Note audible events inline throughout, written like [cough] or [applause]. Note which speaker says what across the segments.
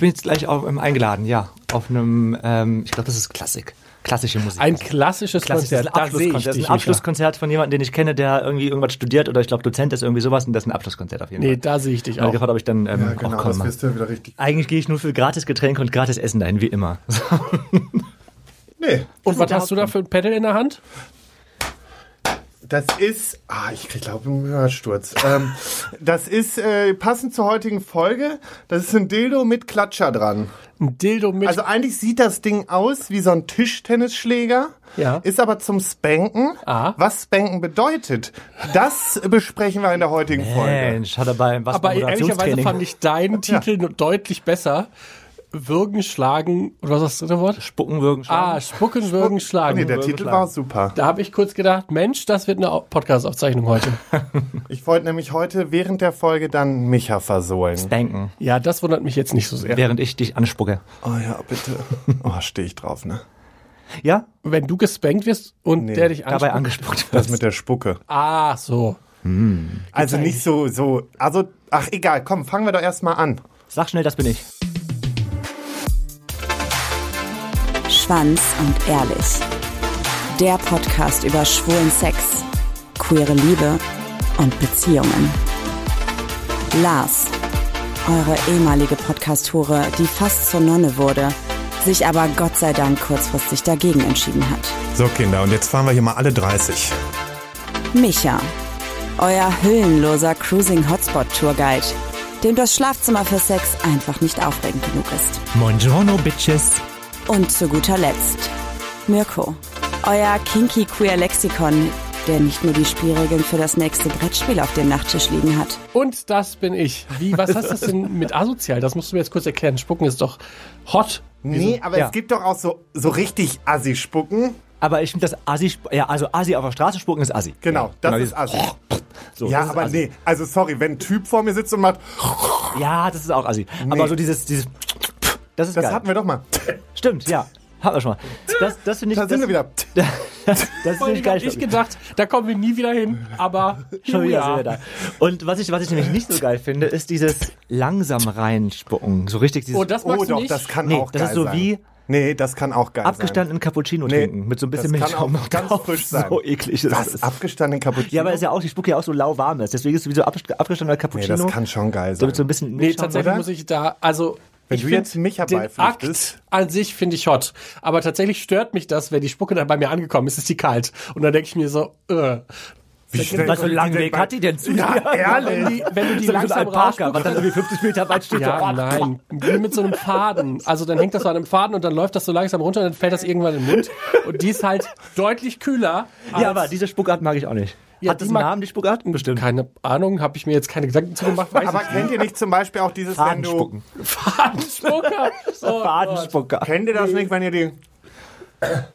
Speaker 1: bin jetzt gleich auf, ähm, eingeladen, ja. Auf einem, ähm, ich glaube, das ist Klassik. Klassische Musik.
Speaker 2: Ein klassisches
Speaker 1: Klassisches
Speaker 2: Konzert. Da sehe ich
Speaker 1: Abschlusskonzert. Das
Speaker 2: dich,
Speaker 1: ist ein
Speaker 2: Micha.
Speaker 1: Abschlusskonzert von jemandem, den ich kenne, der irgendwie irgendwas studiert oder ich glaube Dozent ist, irgendwie sowas. Und das ist ein Abschlusskonzert auf jeden
Speaker 2: Nee,
Speaker 1: Fall.
Speaker 2: da sehe ich dich
Speaker 1: Ich habe
Speaker 2: auch.
Speaker 1: gefragt, ob ich dann ähm,
Speaker 3: Ja, genau,
Speaker 1: auch kommen
Speaker 3: das
Speaker 1: mag.
Speaker 3: wirst du ja wieder richtig.
Speaker 1: Eigentlich gehe ich nur für gratis Getränke und gratis Essen dahin, wie
Speaker 3: [laughs]
Speaker 1: immer.
Speaker 3: Nee,
Speaker 2: Und was hast du da für ein Pedal in der Hand?
Speaker 3: das ist. Ah, ich glaube, ein Hörsturz. Ähm, das ist äh, passend zur heutigen Folge. Das ist ein Dildo mit Klatscher dran.
Speaker 2: Ein Dildo mit.
Speaker 3: Also eigentlich sieht das Ding aus wie so ein Tischtennisschläger,
Speaker 2: Ja.
Speaker 3: ist aber zum Spanken.
Speaker 2: Ah.
Speaker 3: Was Spanken bedeutet, das besprechen wir in der heutigen Folge. Oh
Speaker 1: Mensch, hat er bei was
Speaker 2: aber
Speaker 1: beim
Speaker 2: ehrlicherweise
Speaker 1: Moderationstraining-
Speaker 2: fand ich deinen Titel deutlich besser. Wirken, schlagen, oder was war das dritte Wort?
Speaker 1: Spucken, Würgen, Schlagen.
Speaker 2: Ah,
Speaker 1: Oh,
Speaker 2: spucken, wirken, schlagen.
Speaker 3: Nee, der
Speaker 1: Würgen
Speaker 3: Titel
Speaker 1: schlagen.
Speaker 3: war super.
Speaker 2: Da habe ich kurz gedacht, Mensch, das wird eine Au-
Speaker 1: [laughs]
Speaker 2: Podcast-Aufzeichnung heute.
Speaker 3: Ich wollte nämlich heute während der Folge dann Micha versohlen.
Speaker 1: Denken,
Speaker 2: Ja, das wundert mich jetzt nicht so sehr.
Speaker 1: während ich dich anspucke.
Speaker 3: Oh ja, bitte. Oh, stehe ich drauf, ne?
Speaker 1: Ja,
Speaker 2: Wenn du gespankt wirst und
Speaker 3: Nee,
Speaker 2: der dich
Speaker 1: dabei
Speaker 2: anspricht.
Speaker 1: angespuckt.
Speaker 3: Das mit der Spucke.
Speaker 2: Ah, so.
Speaker 3: Also nicht so, so, also, ach egal, komm, fangen wir doch erstmal an.
Speaker 1: Sag schnell, das bin ich.
Speaker 4: Schwanz und ehrlich. Der Podcast über schwulen Sex, queere Liebe und Beziehungen. Lars, eure ehemalige Podcast-Hure, die fast zur Nonne wurde, sich aber Gott sei Dank kurzfristig dagegen entschieden hat.
Speaker 5: So Kinder, und jetzt fahren wir hier mal alle 30.
Speaker 4: Micha, euer hüllenloser Cruising Hotspot Tourguide, dem das Schlafzimmer für Sex einfach nicht aufregend genug ist.
Speaker 6: Buongiorno, Bitches.
Speaker 4: Und zu guter Letzt Mirko, euer kinky queer Lexikon, der nicht nur die Spielregeln für das nächste Brettspiel auf dem Nachttisch liegen hat.
Speaker 2: Und das bin ich. Wie,
Speaker 1: [laughs]
Speaker 2: was hast das denn mit asozial? Das musst du mir jetzt kurz erklären. Spucken ist doch hot.
Speaker 3: Nee, aber
Speaker 1: Ja.
Speaker 3: es gibt doch auch so, so richtig Assi-Spucken.
Speaker 1: Aber ich finde das Assi, ja, also Assi auf der Straße spucken ist Assi.
Speaker 3: Genau,
Speaker 1: ja,
Speaker 3: das
Speaker 1: genau,
Speaker 3: ist Assi.
Speaker 1: dieses- so,
Speaker 3: ja,
Speaker 1: das ist
Speaker 3: aber
Speaker 1: Assi.
Speaker 3: nee, also sorry, wenn ein Typ vor mir sitzt und macht,
Speaker 1: Ja, das ist auch Assi. Aber so dieses, dieses, das ist
Speaker 3: das
Speaker 1: geil.
Speaker 3: hatten wir
Speaker 1: [laughs]
Speaker 3: doch mal.
Speaker 1: Stimmt, ja. Hatten wir schon mal. Das, das finde ich,
Speaker 3: Da sind
Speaker 1: das,
Speaker 3: wir wieder.
Speaker 1: [laughs] das, das finde ich
Speaker 2: Ich, hab
Speaker 1: geil.
Speaker 2: ich gedacht, da kommen wir nie wieder
Speaker 3: [laughs]
Speaker 2: hin, aber
Speaker 1: Schon wieder sind
Speaker 2: ja.
Speaker 1: wir da. Und was ich, was ich nämlich nicht so geil finde, ist dieses langsam reinspucken. So richtig dieses
Speaker 2: Oh, das magst
Speaker 3: Oh
Speaker 2: du
Speaker 3: doch,
Speaker 2: nicht?
Speaker 3: das kann
Speaker 1: Nee,
Speaker 3: auch
Speaker 1: das
Speaker 3: geil
Speaker 1: ist so
Speaker 3: sein.
Speaker 1: wie-
Speaker 3: Nee, das kann auch geil
Speaker 1: abgestandenen Cappuccino
Speaker 3: Nee,
Speaker 1: trinken. Mit so ein bisschen
Speaker 3: das kann
Speaker 1: Milch
Speaker 3: auch ganz
Speaker 1: drauf.
Speaker 3: frisch sein.
Speaker 1: So eklig
Speaker 3: sein.
Speaker 1: ist
Speaker 3: Das
Speaker 1: das.
Speaker 3: abgestandene Cappuccino.
Speaker 1: Ja, aber ist ja auch, die Spucke ja auch so lauwarm ist. Deswegen ist es wie so ab, abgestandener
Speaker 3: Nee,
Speaker 1: Cappuccino.
Speaker 3: das kann schon geil
Speaker 1: So
Speaker 3: sein.
Speaker 1: mit so ein bisschen
Speaker 2: Nee,
Speaker 1: Milch
Speaker 2: tatsächlich
Speaker 3: oder?
Speaker 2: muss ich da, also.
Speaker 3: Wenn
Speaker 2: ich
Speaker 3: du
Speaker 2: find
Speaker 3: jetzt mich
Speaker 2: den
Speaker 3: herbeiflüchtest.
Speaker 2: Akt an sich finde ich hot. Aber tatsächlich stört mich das, wenn die Spucke dann bei mir angekommen ist, ist die kalt. Und dann denke ich mir so, äh.
Speaker 3: Wie schnell
Speaker 1: Was für einen langen
Speaker 3: die
Speaker 1: Weg
Speaker 3: denn
Speaker 1: hat die denn zu
Speaker 3: Ja,
Speaker 1: dir?
Speaker 2: Wenn
Speaker 3: ehrlich.
Speaker 2: die, wenn du
Speaker 1: [laughs] So
Speaker 2: die
Speaker 1: wie so ein
Speaker 2: langsam
Speaker 1: Alpaka,
Speaker 2: rausspuckst,
Speaker 1: was dann irgendwie 50 Meter weit steht. so,
Speaker 2: Ja,
Speaker 1: oh,
Speaker 2: nein. Wie mit so einem Faden. Also dann hängt das so an einem Faden und dann läuft das so langsam runter und dann fällt das irgendwann in den Mund. Und die ist halt deutlich kühler. als-
Speaker 1: Ja, aber diese Spuckart mag ich auch nicht.
Speaker 2: Ja,
Speaker 1: Hat das
Speaker 2: die
Speaker 1: einen
Speaker 2: mag-
Speaker 1: Namen, die Spuckart? Bestimmt.
Speaker 2: Keine Ahnung, habe ich mir jetzt keine Gedanken zu
Speaker 3: [laughs]
Speaker 2: gemacht. Weiß
Speaker 3: Aber
Speaker 2: ich
Speaker 3: kennt ihr nicht zum Beispiel auch dieses, wenn du.
Speaker 1: Fadenspucken.
Speaker 2: Fadenspucker. Oh,
Speaker 1: Fadenspucker.
Speaker 3: Kennt ihr das nicht, wenn ihr die.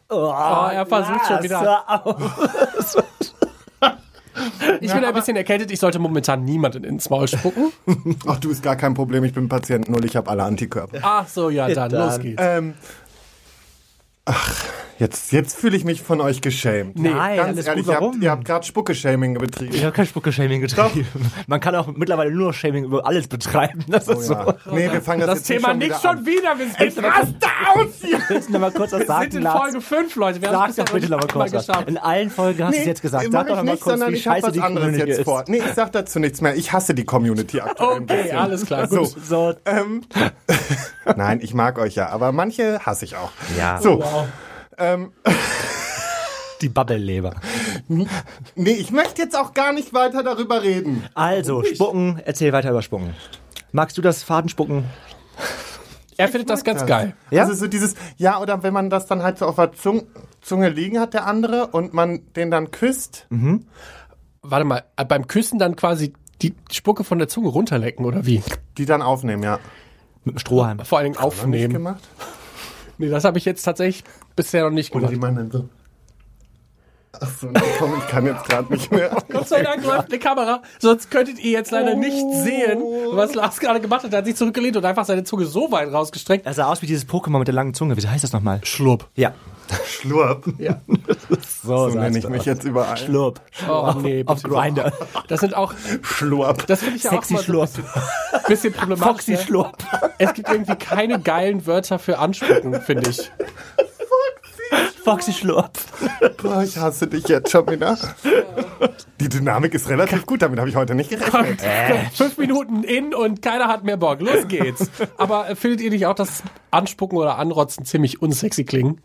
Speaker 2: oh, er versucht schon wieder. Ich bin ein bisschen erkältet. Ich sollte momentan niemanden ins Maul spucken.
Speaker 3: Ach, du ist gar kein Problem, ich bin Patient null, ich habe alle Antikörper.
Speaker 2: [laughs] Ach so, ja, dann,
Speaker 1: Dann.
Speaker 2: los geht's.
Speaker 3: Ähm. Ach, jetzt, jetzt fühle ich mich von euch geschämt.
Speaker 1: Nee, Nein,
Speaker 3: Ganz
Speaker 1: alles
Speaker 3: ehrlich,
Speaker 1: gut,
Speaker 3: ihr
Speaker 1: warum?
Speaker 3: habt, ihr habt gerade Spucke-Shaming
Speaker 1: Ich
Speaker 3: betrieben.
Speaker 1: habe kein Spucke-Shaming getrieben. [laughs] Man kann auch mittlerweile nur noch Shaming über alles betreiben. Das ist
Speaker 3: Ja. Nee, wir fangen das,
Speaker 2: Das
Speaker 3: jetzt
Speaker 2: Thema
Speaker 3: nicht
Speaker 2: nicht
Speaker 3: schon
Speaker 2: schon wieder. Wir sind raste aus.
Speaker 1: [laughs]
Speaker 2: Wir
Speaker 1: so. Willst du noch mal kurz was sagen,
Speaker 2: sind in
Speaker 1: Lars?
Speaker 2: Folge 5, Leute. Wir
Speaker 1: Sag
Speaker 2: haben es
Speaker 1: doch bitte noch mal kurz was.
Speaker 2: geschafft.
Speaker 1: In allen Folgen hast du es jetzt gesagt.
Speaker 3: mach
Speaker 1: Sag doch
Speaker 3: ich
Speaker 1: noch mal
Speaker 3: nicht,
Speaker 1: kurz,
Speaker 3: sondern
Speaker 1: wie
Speaker 3: ich habe
Speaker 1: scheiße
Speaker 3: was
Speaker 1: die
Speaker 3: anderes
Speaker 1: Community
Speaker 3: jetzt
Speaker 1: ist.
Speaker 3: vor. Nee, ich sag dazu nichts mehr. Ich hasse die Community aktuell ein
Speaker 2: Okay,
Speaker 3: bisschen.
Speaker 2: alles klar.
Speaker 3: So.
Speaker 2: Gut.
Speaker 1: So,
Speaker 3: [laughs] Nein, ich mag euch ja, aber manche hasse ich auch.
Speaker 1: Ja.
Speaker 3: So,
Speaker 1: die Babbelleber.
Speaker 3: nee, ich möchte jetzt auch gar nicht weiter darüber reden.
Speaker 1: Also, Spucken, erzähl weiter über Spucken. Magst du das Fadenspucken?
Speaker 2: Er findet das ganz geil.
Speaker 1: Ja?
Speaker 3: Also so dieses, ja, oder wenn man das dann halt so auf der Zung, Zunge liegen hat, der andere, und man den dann küsst.
Speaker 2: Warte mal, äh, beim Küssen dann quasi die Spucke von der Zunge runterlecken oder wie?
Speaker 3: Die dann aufnehmen, ja.
Speaker 1: Mit dem Strohhalm.
Speaker 2: Vor allen Dingen
Speaker 3: Nicht
Speaker 2: aufnehmen.
Speaker 3: gemacht?
Speaker 2: Nee, das habe ich jetzt tatsächlich bisher noch nicht
Speaker 3: Oder
Speaker 2: gemacht.
Speaker 3: die meinen dann so. Ach so, nee, komm, ich kann jetzt gerade nicht mehr.
Speaker 2: Gott sei Dank läuft eine Kamera, sonst könntet ihr jetzt leider nicht
Speaker 1: Oh.
Speaker 2: sehen, was Lars gerade gemacht hat. Er hat sich zurückgelehnt und einfach seine Zunge so weit rausgestreckt.
Speaker 1: Er sah aus wie dieses Pokémon mit der langen Zunge. Wie heißt das nochmal?
Speaker 2: Schlurp.
Speaker 1: Ja.
Speaker 3: [laughs] Schlurp.
Speaker 2: Ja.
Speaker 3: So nenne ich mich jetzt überall.
Speaker 1: Schlurp.
Speaker 2: Oh, nee,
Speaker 1: Auf
Speaker 2: bitte.
Speaker 1: Grinder.
Speaker 2: Das sind auch,
Speaker 3: Schlurp.
Speaker 2: das finde ich ja
Speaker 1: Sexy
Speaker 2: auch mal so ein
Speaker 1: Schlurp.
Speaker 2: bisschen, bisschen problematisch.
Speaker 1: [laughs] Foxy
Speaker 2: ne?
Speaker 1: Schlurp.
Speaker 2: Es gibt irgendwie keine geilen Wörter für Anspucken, finde ich.
Speaker 1: [laughs] Foxy Schlurp.
Speaker 3: Boah, Oh, ich hasse dich jetzt schon wieder. Die Dynamik ist relativ gut, damit habe ich heute nicht gerechnet.
Speaker 1: Äh.
Speaker 2: Fünf Minuten in und keiner hat mehr Bock. Los geht's. Aber äh, findet ihr nicht auch, dass Anspucken oder Anrotzen ziemlich unsexy klingen?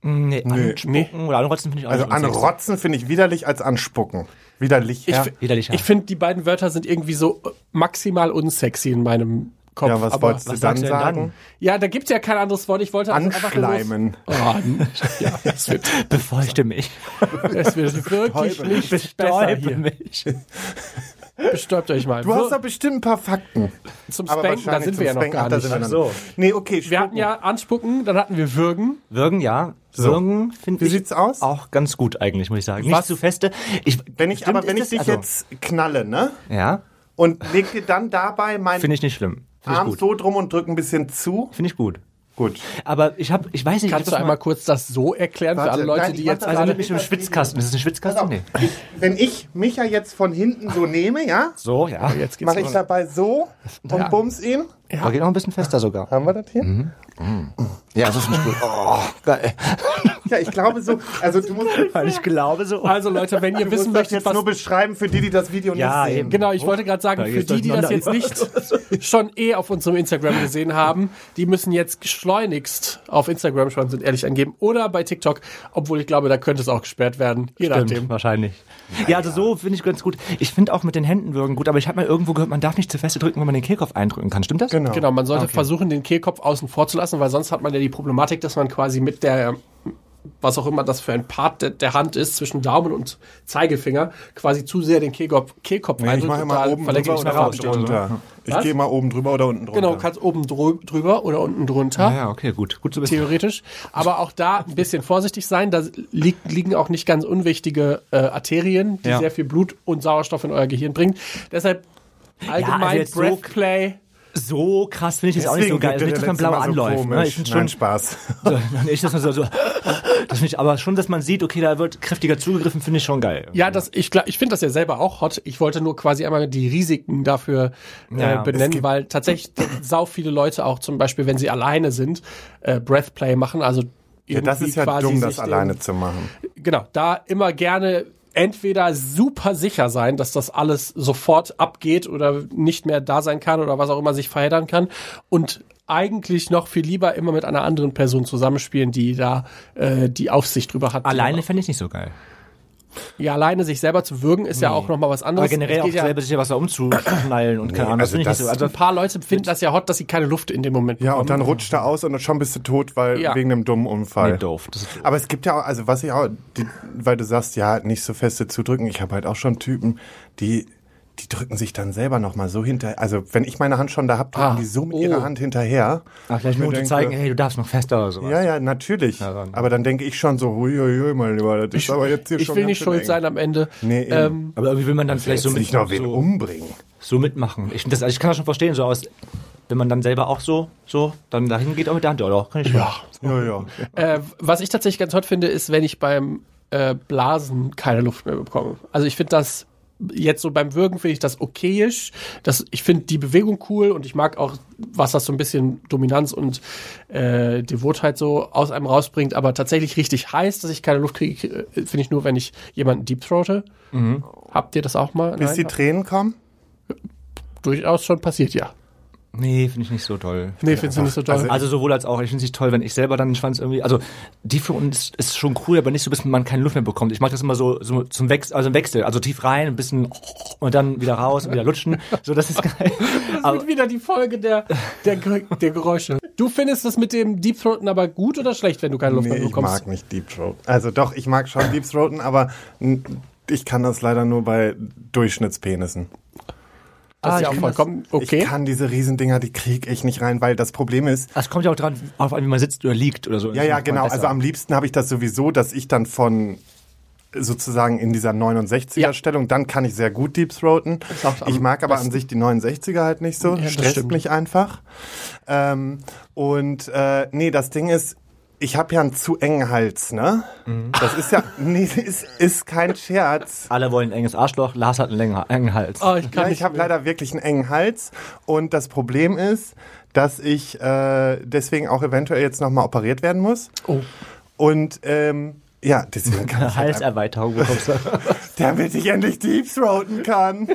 Speaker 1: Nee, nee.
Speaker 2: Nee.
Speaker 1: Oder anrotzen finde ich auch
Speaker 3: Also
Speaker 1: nicht unsexy.
Speaker 3: anrotzen finde ich widerlich als anspucken. Widerlich,
Speaker 2: Ich,
Speaker 3: ja.
Speaker 2: fi-
Speaker 1: Widerlicher.
Speaker 2: ich finde, die beiden Wörter sind irgendwie so äh, maximal unsexy in meinem Kopf.
Speaker 3: Ja, was
Speaker 2: aber-
Speaker 3: wolltest du
Speaker 1: was
Speaker 3: dann
Speaker 1: sagst du denn
Speaker 3: sagen?
Speaker 2: Ja, da gibt's ja kein anderes Wort. Ich wollte also einfach nur-
Speaker 3: Anschleimen.
Speaker 2: Oh, n- ja, es wird,
Speaker 1: Befeuchte mich.
Speaker 2: es
Speaker 3: [laughs]
Speaker 2: wird wirklich
Speaker 3: Bestäuben.
Speaker 2: nicht besser
Speaker 1: Bestäube
Speaker 2: hier.
Speaker 1: mich.
Speaker 2: Bestäubt euch mal.
Speaker 3: Du hast
Speaker 2: So,
Speaker 3: da bestimmt ein paar Fakten.
Speaker 2: zum
Speaker 3: Aber
Speaker 2: Spanken, da
Speaker 3: wahrscheinlich
Speaker 2: sind
Speaker 3: zum
Speaker 2: wir ja noch
Speaker 3: Spanken-
Speaker 2: gar
Speaker 3: Ach, da
Speaker 2: nicht.
Speaker 3: sind wir
Speaker 1: Ach
Speaker 3: noch
Speaker 1: so.
Speaker 3: nicht. Nee, okay.
Speaker 2: Wir hatten ja Anspucken, dann hatten wir Würgen.
Speaker 1: Würgen, ja. Würgen finde
Speaker 3: Wie
Speaker 1: ich
Speaker 3: sieht's aus?
Speaker 1: auch ganz gut eigentlich, muss ich sagen.
Speaker 3: Was?
Speaker 1: Nicht zu feste. Ich,
Speaker 3: Wenn ich,
Speaker 1: Stimmt,
Speaker 3: aber wenn
Speaker 1: ist
Speaker 3: ich
Speaker 1: es- also,
Speaker 3: dich jetzt knalle, ne?
Speaker 1: Ja,
Speaker 3: Und leg dir dann dabei meinen
Speaker 1: finde ich nicht schlimm. Finde ich
Speaker 3: Arm
Speaker 1: gut.
Speaker 3: so drum und drück ein bisschen zu.
Speaker 1: Finde ich gut.
Speaker 3: Gut.
Speaker 1: Aber ich habe, ich weiß nicht, ich
Speaker 2: Kannst du
Speaker 1: hab das mal-
Speaker 2: einmal kurz das so erklären
Speaker 3: Warte,
Speaker 2: für alle Leute,
Speaker 3: nein,
Speaker 2: die
Speaker 3: ich
Speaker 2: jetzt
Speaker 3: mach das
Speaker 1: Also
Speaker 2: gerade.
Speaker 1: mit mich im Schwitzkasten. Ist es ein
Speaker 3: Pass
Speaker 1: Schwitzkasten?
Speaker 3: auf.
Speaker 1: Nee.
Speaker 3: Ich, wenn ich Micha jetzt von hinten so nehme, ja,
Speaker 1: So, ja. Jetzt
Speaker 3: mache ich dabei so und bums ihn.
Speaker 1: Aber geht noch ein bisschen fester sogar.
Speaker 3: Haben wir das hier?
Speaker 1: Mhm. Ja, das ist gut. Oh, geil.
Speaker 3: Ja, ich glaube so. Also du musst, du
Speaker 1: Ich glaube so.
Speaker 2: Also Leute, wenn ihr wissen
Speaker 3: musst das
Speaker 2: möchtet,
Speaker 3: jetzt
Speaker 2: was
Speaker 3: nur beschreiben für die, die das Video
Speaker 1: Ja,
Speaker 3: nicht
Speaker 1: eben.
Speaker 3: sehen.
Speaker 2: Genau, ich wollte gerade sagen,
Speaker 1: Da
Speaker 2: für
Speaker 1: geht's
Speaker 2: die, die das jetzt nicht schon eh auf unserem Instagram gesehen haben, die müssen jetzt geschleunigst auf Instagram Schwanz und ehrlich angeben oder bei TikTok, obwohl ich glaube, da könnte es auch gesperrt werden, je
Speaker 1: Stimmt,
Speaker 2: nachdem.
Speaker 1: wahrscheinlich. Ja, also so finde ich ganz gut. Ich finde auch mit den Händen würgen gut, aber ich habe mal irgendwo gehört, man darf nicht zu feste drücken, wenn man den Kehlkopf eindrücken kann. Stimmt das?
Speaker 3: Genau.
Speaker 2: Genau, man sollte versuchen, den Kehlkopf außen vor zu lassen, weil sonst hat man ja die Problematik, dass man quasi mit der, was auch immer das für ein Part de- der Hand ist, zwischen Daumen und Zeigefinger, quasi zu sehr den Kehlkopf, Kehlkopf
Speaker 3: Nee, ich mache immer oben
Speaker 2: verlängert
Speaker 3: drüber
Speaker 2: sich
Speaker 3: oder
Speaker 2: nach
Speaker 3: unten
Speaker 2: oben.
Speaker 3: drunter. Ich
Speaker 2: Was?
Speaker 3: gehe mal oben drüber oder unten drunter.
Speaker 2: Genau, kannst oben drü- drüber oder unten drunter.
Speaker 1: Ah, ja, okay, gut. Gut zu wissen.
Speaker 2: theoretisch. Aber auch da ein bisschen vorsichtig sein. Da li liegen auch nicht ganz unwichtige äh, Arterien, die
Speaker 1: Ja.
Speaker 2: sehr viel Blut und Sauerstoff in euer Gehirn bringen. Deshalb allgemein
Speaker 1: also jetzt so-
Speaker 2: Breathplay.
Speaker 1: So krass finde ich das auch nicht so
Speaker 3: Deswegen
Speaker 1: geil.
Speaker 3: wird
Speaker 1: Also nicht,
Speaker 3: der
Speaker 1: dass man
Speaker 3: letzte
Speaker 1: blau
Speaker 3: Mal so
Speaker 1: anläuft. ne?
Speaker 3: komisch.
Speaker 1: Ich finde
Speaker 3: Nein,
Speaker 1: schon,
Speaker 3: Spaß.
Speaker 1: so, [laughs] ich, dass man so, so das nicht, aber schon, dass man sieht, okay, da wird kräftiger zugegriffen, finde ich schon geil.
Speaker 2: ja, das, ich, glaub- ich finde das ja selber auch hot. Ich wollte nur quasi einmal die Risiken dafür äh,
Speaker 1: Ja, ja. Es
Speaker 2: benennen, weil
Speaker 3: [laughs]
Speaker 2: tatsächlich sau viele Leute auch zum Beispiel, wenn sie alleine sind, äh, Breathplay machen. Also
Speaker 3: Ja, das
Speaker 2: irgendwie
Speaker 3: ist ja
Speaker 2: quasi
Speaker 3: dumm,
Speaker 2: sich
Speaker 3: das
Speaker 2: den-
Speaker 3: alleine zu machen.
Speaker 2: genau, da immer gerne entweder super sicher sein, dass das alles sofort abgeht oder nicht mehr da sein kann oder was auch immer sich verheddern kann und eigentlich noch viel lieber immer mit einer anderen Person zusammenspielen, die da äh, die Aufsicht drüber hat.
Speaker 1: Alleine fände ich nicht so geil.
Speaker 2: Ja, alleine sich selber zu würgen ist ja auch noch mal was
Speaker 1: Aber
Speaker 2: anderes.
Speaker 1: generell
Speaker 2: Es
Speaker 1: auch
Speaker 2: geht ja,
Speaker 1: selber sich ja was da umzuknallen und keine Ahnung, das
Speaker 3: also
Speaker 1: finde ich nicht so.
Speaker 3: das-
Speaker 1: Also
Speaker 2: ein paar Leute finden das ja hot, dass sie keine Luft in dem Moment
Speaker 3: Ja, und
Speaker 2: bekommen.
Speaker 3: dann rutscht er aus und dann schon bist du tot, weil
Speaker 2: Ja.
Speaker 3: wegen einem dummen Unfall.
Speaker 1: Nee, doof. Das ist doof.
Speaker 3: Aber es gibt ja auch, also was ich auch, die, weil du sagst, ja, nicht so feste zudrücken. Ich habe halt auch schon Typen, die die drücken sich dann selber noch mal so hinter. Also wenn ich meine Hand schon da hab, drücken
Speaker 2: Ah,
Speaker 3: die so mit
Speaker 2: oh.
Speaker 3: ihrer Hand hinterher.
Speaker 1: Ach, vielleicht
Speaker 3: Ich mir
Speaker 1: nur um zu
Speaker 3: denke,
Speaker 1: zeigen, hey, du darfst noch fester oder sowas.
Speaker 3: Ja, ja, natürlich.
Speaker 1: dann.
Speaker 3: aber dann denke ich schon so, hui, hui, hui, mein Lieber, das ist aber jetzt hier
Speaker 2: ich
Speaker 3: schon
Speaker 2: will
Speaker 3: ganz
Speaker 2: nicht
Speaker 3: schön
Speaker 2: schuld
Speaker 3: eng.
Speaker 2: sein am Ende.
Speaker 3: Nee, eben.
Speaker 2: ähm,
Speaker 1: Aber irgendwie will man dann vielleicht
Speaker 3: Jetzt
Speaker 1: so, mit,
Speaker 3: nicht noch wen um-
Speaker 1: so,
Speaker 3: umbringen.
Speaker 1: so mitmachen. Ich, find das, also ich kann das schon verstehen, so aus, wenn man dann selber auch so, so, dann dahin geht auch mit der Hand, oder? Kann ich schon.
Speaker 3: Ja, ja.
Speaker 2: Äh, was ich tatsächlich ganz hot finde, ist, wenn ich beim äh, Blasen keine Luft mehr bekomme. Also ich finde das jetzt so beim Würgen finde ich das okayisch. Das, ich finde die Bewegung cool und ich mag auch, was das so ein bisschen Dominanz und äh, Devotheit so aus einem rausbringt. Aber tatsächlich richtig heiß, dass ich keine Luft kriege, äh, finde ich nur, wenn ich jemanden deepthroate. Habt ihr das auch mal?
Speaker 3: Mhm. Bis die
Speaker 2: Nein,
Speaker 3: Tränen kommen?
Speaker 2: durchaus schon passiert, ja.
Speaker 1: Nee, finde ich nicht so toll.
Speaker 2: Nee, findest du nicht so toll.
Speaker 3: Also-
Speaker 1: Also sowohl als auch. Ich finde es nicht toll, wenn ich selber dann den Schwanz irgendwie. Also die für uns ist schon cool, aber nicht so, bis man keine Luft mehr bekommt. Ich mache das immer so, so zum Wechsel, also im Wechsel. Also tief rein, ein bisschen und dann wieder raus und wieder lutschen. So, das ist
Speaker 3: [laughs]
Speaker 1: geil.
Speaker 2: Das
Speaker 1: Aber
Speaker 2: wird wieder die Folge der, der, Ge- der Geräusche. Du findest das mit dem Deep Throaten aber gut oder schlecht, wenn du keine Luft
Speaker 3: Nee,
Speaker 2: mehr
Speaker 3: ich
Speaker 2: bekommst?
Speaker 3: mag nicht Deep Throat. Also doch, ich mag schon Deep Throaten, aber n- ich kann das leider nur bei Durchschnittspenissen.
Speaker 2: Das
Speaker 1: Ah,
Speaker 2: ist
Speaker 1: ich
Speaker 2: ja auch
Speaker 1: kann
Speaker 2: vollkommen okay.
Speaker 3: Ich kann diese Riesendinger, die krieg ich nicht rein, weil das Problem ist,
Speaker 1: es kommt ja auch dran, auf an, wie man sitzt oder liegt oder so.
Speaker 3: ja, ja, genau, also am liebsten habe ich das sowieso, dass ich dann von äh, sozusagen in dieser 69er
Speaker 2: Ja.
Speaker 3: Stellung, dann kann ich sehr gut Deep Throaten.
Speaker 2: auch am
Speaker 3: Ich mag aber an sich die 69er halt nicht so,
Speaker 2: das
Speaker 3: stresst
Speaker 2: stimmt.
Speaker 3: mich einfach. Ähm, und äh, nee, das Ding ist, ich habe ja einen zu engen Hals, ne?
Speaker 2: Mhm.
Speaker 3: Das ist ja, nee, [laughs] ist, ist kein Scherz.
Speaker 1: Alle wollen ein enges Arschloch, Lars hat einen länger, engen Hals.
Speaker 2: Oh, ich kann
Speaker 3: Ja,
Speaker 2: nicht.
Speaker 3: ich habe leider wirklich einen engen Hals und das Problem ist, dass ich äh, deswegen auch eventuell jetzt nochmal operiert werden muss.
Speaker 2: Oh.
Speaker 3: Und ähm, ja, deswegen kann ich halt
Speaker 1: Halserweiterung bekommst du. [laughs]
Speaker 3: Damit ich endlich Deep Throaten kann.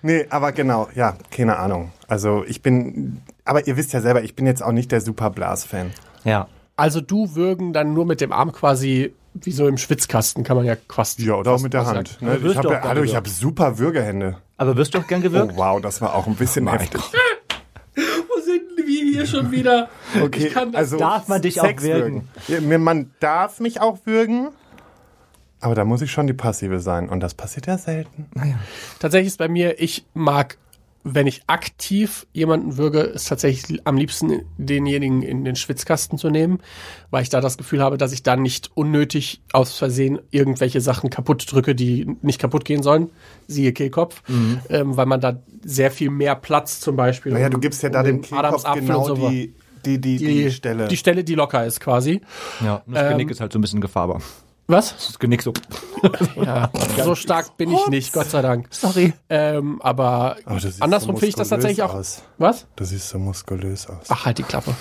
Speaker 3: nee, aber genau, ja, keine Ahnung. Also ich bin, aber ihr wisst ja selber, ich bin jetzt auch nicht der Super Blas-Fan.
Speaker 1: ja.
Speaker 2: Also du würgen dann nur mit dem Arm quasi wie so im Schwitzkasten kann man ja quasi.
Speaker 3: Ja, oder auch mit der Hand. Ne?
Speaker 1: wirst
Speaker 3: Ich hab
Speaker 1: du auch
Speaker 3: ja, hallo, ich
Speaker 1: gerne
Speaker 3: habe super Würgehände.
Speaker 1: Aber wirst du auch gern
Speaker 3: Oh
Speaker 1: gewürgt?
Speaker 3: wow, das war auch ein bisschen heftig.
Speaker 2: Wo sind wir hier schon wieder?
Speaker 3: Okay,
Speaker 2: Ich kann das-
Speaker 3: also
Speaker 1: Darf man dich auch
Speaker 3: Sex
Speaker 1: würgen?
Speaker 3: Ja, mir- man darf mich auch würgen, aber da muss ich schon die Passive sein und das passiert ja selten.
Speaker 2: Tatsächlich ist bei mir, ich mag, wenn ich aktiv jemanden würge, ist tatsächlich am liebsten denjenigen in den Schwitzkasten zu nehmen, weil ich da das Gefühl habe, dass ich da nicht unnötig aus Versehen irgendwelche Sachen kaputt drücke, die nicht kaputt gehen sollen. Siehe Kehlkopf, ähm, weil man da sehr viel mehr Platz zum Beispiel.
Speaker 3: Mhm. Naja,
Speaker 2: um-
Speaker 3: du gibst ja da
Speaker 2: um
Speaker 3: dem
Speaker 2: den
Speaker 3: Kehlkopf
Speaker 2: Adamsapfel
Speaker 3: genau
Speaker 2: und so
Speaker 3: die, die, die, die,
Speaker 2: die
Speaker 3: Stelle.
Speaker 2: Die Stelle, die locker ist quasi.
Speaker 3: Oh.
Speaker 1: Ja. Nur das Genick ist halt so ein bisschen gefahrbar.
Speaker 2: Was?
Speaker 1: Das Genick so.
Speaker 2: Ja, so stark bin ich nicht, Gott sei Dank.
Speaker 1: Sorry.
Speaker 2: Ähm, aber
Speaker 3: Oh, das sieht
Speaker 2: andersrum
Speaker 3: so
Speaker 2: finde ich das
Speaker 3: muskulös
Speaker 2: tatsächlich auch.
Speaker 3: aus.
Speaker 2: Was?
Speaker 3: Du siehst so muskulös aus.
Speaker 2: Ach, halt die Klappe.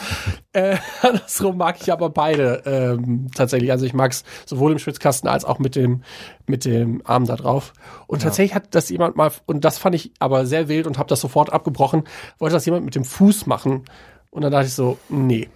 Speaker 2: äh, [laughs] andersrum mag ich aber beide ähm, tatsächlich. Also ich mag es sowohl im Schwitzkasten als auch mit dem, mit dem Arm da drauf. Und tatsächlich hat das jemand mal, und das fand ich aber sehr wild und habe das sofort abgebrochen, wollte das jemand mit dem Fuß machen. Und dann dachte ich so, nee.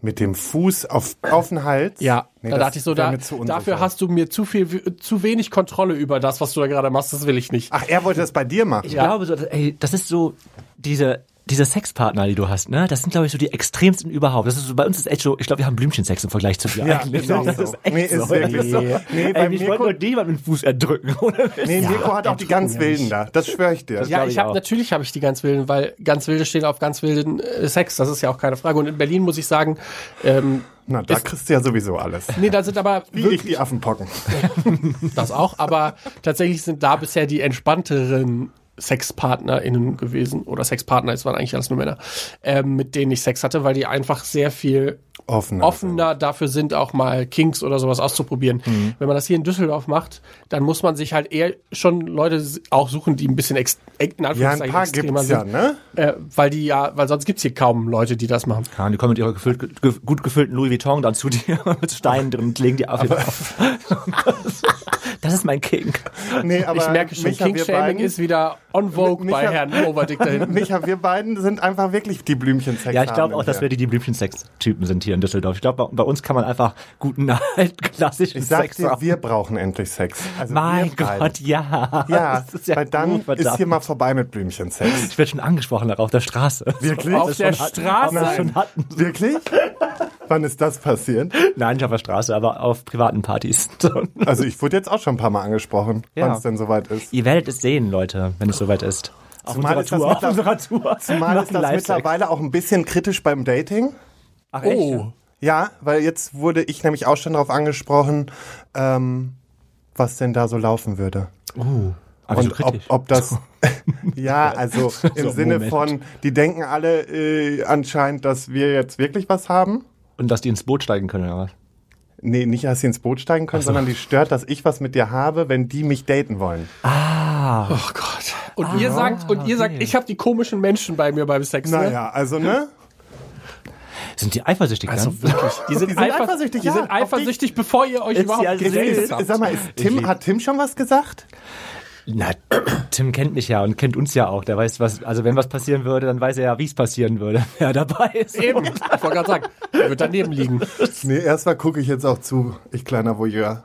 Speaker 3: Mit dem Fuß auf, auf den Hals?
Speaker 2: Ja,
Speaker 3: Nee,
Speaker 2: da
Speaker 3: das
Speaker 2: dachte ich so,
Speaker 3: wär
Speaker 2: da,
Speaker 3: mir zu unsicher.
Speaker 2: dafür hast du mir zu viel, zu wenig Kontrolle über das, was du da gerade machst. Das will ich nicht.
Speaker 3: Ach, er wollte das bei dir machen.
Speaker 1: Ich glaube so, dass- ey, das ist so diese diese Sexpartner, die du hast, ne? Das sind glaube ich so die extremsten überhaupt. Das ist so, bei uns ist echt so, ich glaube, wir haben Blümchensex im Vergleich zu dir.
Speaker 3: Ja,
Speaker 1: eigentlich.
Speaker 3: genau
Speaker 1: das
Speaker 3: so.
Speaker 1: ist echt
Speaker 3: Nee,
Speaker 1: so.
Speaker 3: ist wirklich so.
Speaker 1: Nee,
Speaker 3: Nee, bei
Speaker 1: ey, ich
Speaker 3: Mirko-
Speaker 1: wollte nur niemand mit dem Fuß erdrücken. Oder?
Speaker 3: Nee, Mirko hat auch die ganz Wilden da. Das schwöre ich dir.
Speaker 2: Ja,
Speaker 1: glaub
Speaker 2: ich
Speaker 1: ich
Speaker 2: habe
Speaker 1: auch.
Speaker 2: natürlich habe ich die ganz wilden, weil ganz wilde stehen auf ganz wilden äh, Sex. Das ist ja auch keine Frage. Und in Berlin muss ich sagen, ähm,
Speaker 3: Na, da
Speaker 2: Ist-
Speaker 3: kriegst du ja sowieso alles.
Speaker 2: nee, da sind aber
Speaker 3: Wie ich die Affenpocken.
Speaker 2: das auch. Aber tatsächlich sind da bisher die entspannteren SexpartnerInnen gewesen oder Sexpartner, es waren eigentlich alles nur Männer, ähm, mit denen ich Sex hatte, weil die einfach sehr viel
Speaker 3: Offener.
Speaker 2: offener dafür sind, auch mal Kinks oder sowas auszuprobieren.
Speaker 3: Mhm.
Speaker 2: Wenn man das hier in Düsseldorf macht, dann muss man sich halt eher schon Leute s- auch suchen, die ein bisschen ex in
Speaker 3: Ja, ein
Speaker 2: Anführungszeichen
Speaker 3: paar
Speaker 2: extremer
Speaker 3: gibt's ja,
Speaker 2: sind.
Speaker 3: ne?
Speaker 2: Äh, weil die ja, weil sonst gibt's hier kaum Leute, die das machen.
Speaker 1: Ja, und die kommen mit ihrer gefüllt, ge, gut gefüllten Louis Vuitton dann zu dir [laughs] mit Steinen drin und legen die auf. [laughs] das ist mein King.
Speaker 3: Nee, aber
Speaker 2: ich merke schon,
Speaker 3: Micha, wir
Speaker 2: King-Shaming
Speaker 3: beiden-
Speaker 2: ist wieder on vogue
Speaker 3: Micha-
Speaker 2: bei Herrn Overdick da
Speaker 3: [laughs]
Speaker 2: hinten.
Speaker 3: Micha, wir beiden sind einfach wirklich die Blümchen-Sex.
Speaker 1: Ja, ich glaube auch, dass wir die, die Blümchensex-Typen sind hier in Düsseldorf. Ich glaube, bei, bei uns kann man einfach guten [laughs] alten klassischen
Speaker 3: Ich sag
Speaker 1: Sex
Speaker 3: dir,
Speaker 1: haben.
Speaker 3: wir brauchen endlich Sex. Also
Speaker 1: Mein
Speaker 3: wir beiden.
Speaker 1: Gott, ja.
Speaker 3: Ja,
Speaker 1: [laughs] Das ist
Speaker 3: weil dann
Speaker 1: gut,
Speaker 3: ist
Speaker 1: verdammt.
Speaker 3: hier mal vorbei mit Blümchen-Sex.
Speaker 1: Ich werde schon angesprochen darauf, auf der Straße.
Speaker 3: Wirklich?
Speaker 2: Auf der
Speaker 1: schon hatten.
Speaker 2: Straße?
Speaker 1: Ob wir es schon hatten.
Speaker 3: Wirklich? [laughs] Wann ist das passiert?
Speaker 1: [laughs] Nein, nicht auf der Straße, aber auf privaten Partys. [laughs] So.
Speaker 3: Also ich wurde jetzt auch schon ein paar Mal angesprochen,
Speaker 1: Ja.
Speaker 3: wann es denn soweit ist.
Speaker 1: Ihr werdet es sehen, Leute, wenn es soweit ist. Auf
Speaker 3: Zumal
Speaker 1: unserer
Speaker 3: ist das
Speaker 1: Tour. Auf
Speaker 3: mittler-
Speaker 1: unserer Tour.
Speaker 3: Zumal ist
Speaker 1: Machen
Speaker 3: das
Speaker 1: Live-Sex.
Speaker 3: mittlerweile auch ein bisschen kritisch beim Dating.
Speaker 1: Ach, echt?
Speaker 2: Oh,
Speaker 3: Ja, weil jetzt wurde ich nämlich auch schon darauf angesprochen, ähm, was denn da so laufen würde.
Speaker 1: Oh. Aber so
Speaker 3: Und Also ob,
Speaker 1: kritisch.
Speaker 3: ob das. [laughs] ja, also im
Speaker 1: So,
Speaker 3: Sinne
Speaker 1: Moment.
Speaker 3: von, die denken alle äh, anscheinend, dass wir jetzt wirklich was haben.
Speaker 1: Und dass die ins Boot steigen können, oder was?
Speaker 3: Nee, nicht, dass sie ins Boot steigen können, sondern die stört, dass ich was mit dir habe, wenn die mich daten wollen.
Speaker 2: oh Gott. Und ihr
Speaker 3: Ah.
Speaker 2: sagt, und ihr sagt, ich habe die komischen Menschen bei mir beim Sex. ne?
Speaker 3: Naja,
Speaker 2: [laughs]
Speaker 3: also ne?
Speaker 1: Sind die eifersüchtig dann?
Speaker 2: Also wirklich, die sind,
Speaker 3: Die sind
Speaker 2: eifer-
Speaker 3: eifersüchtig,
Speaker 2: die
Speaker 3: ja,
Speaker 2: sind
Speaker 3: auf
Speaker 2: eifersüchtig, bevor ihr euch
Speaker 1: Ist
Speaker 2: überhaupt
Speaker 1: ja
Speaker 3: Ist,
Speaker 2: gesehen
Speaker 3: ist,
Speaker 2: habt.
Speaker 3: sag mal, ist Tim, hat Tim schon was gesagt?
Speaker 1: Na, Tim kennt mich ja und kennt uns ja auch. Der weiß, was, also wenn was passieren würde, dann weiß er ja, wie es passieren würde, [laughs] wer dabei ist.
Speaker 2: Eben, ich wollte gerade sagen, er wird daneben liegen.
Speaker 3: Nee, erstmal gucke ich jetzt auch zu, ich kleiner Voyeur.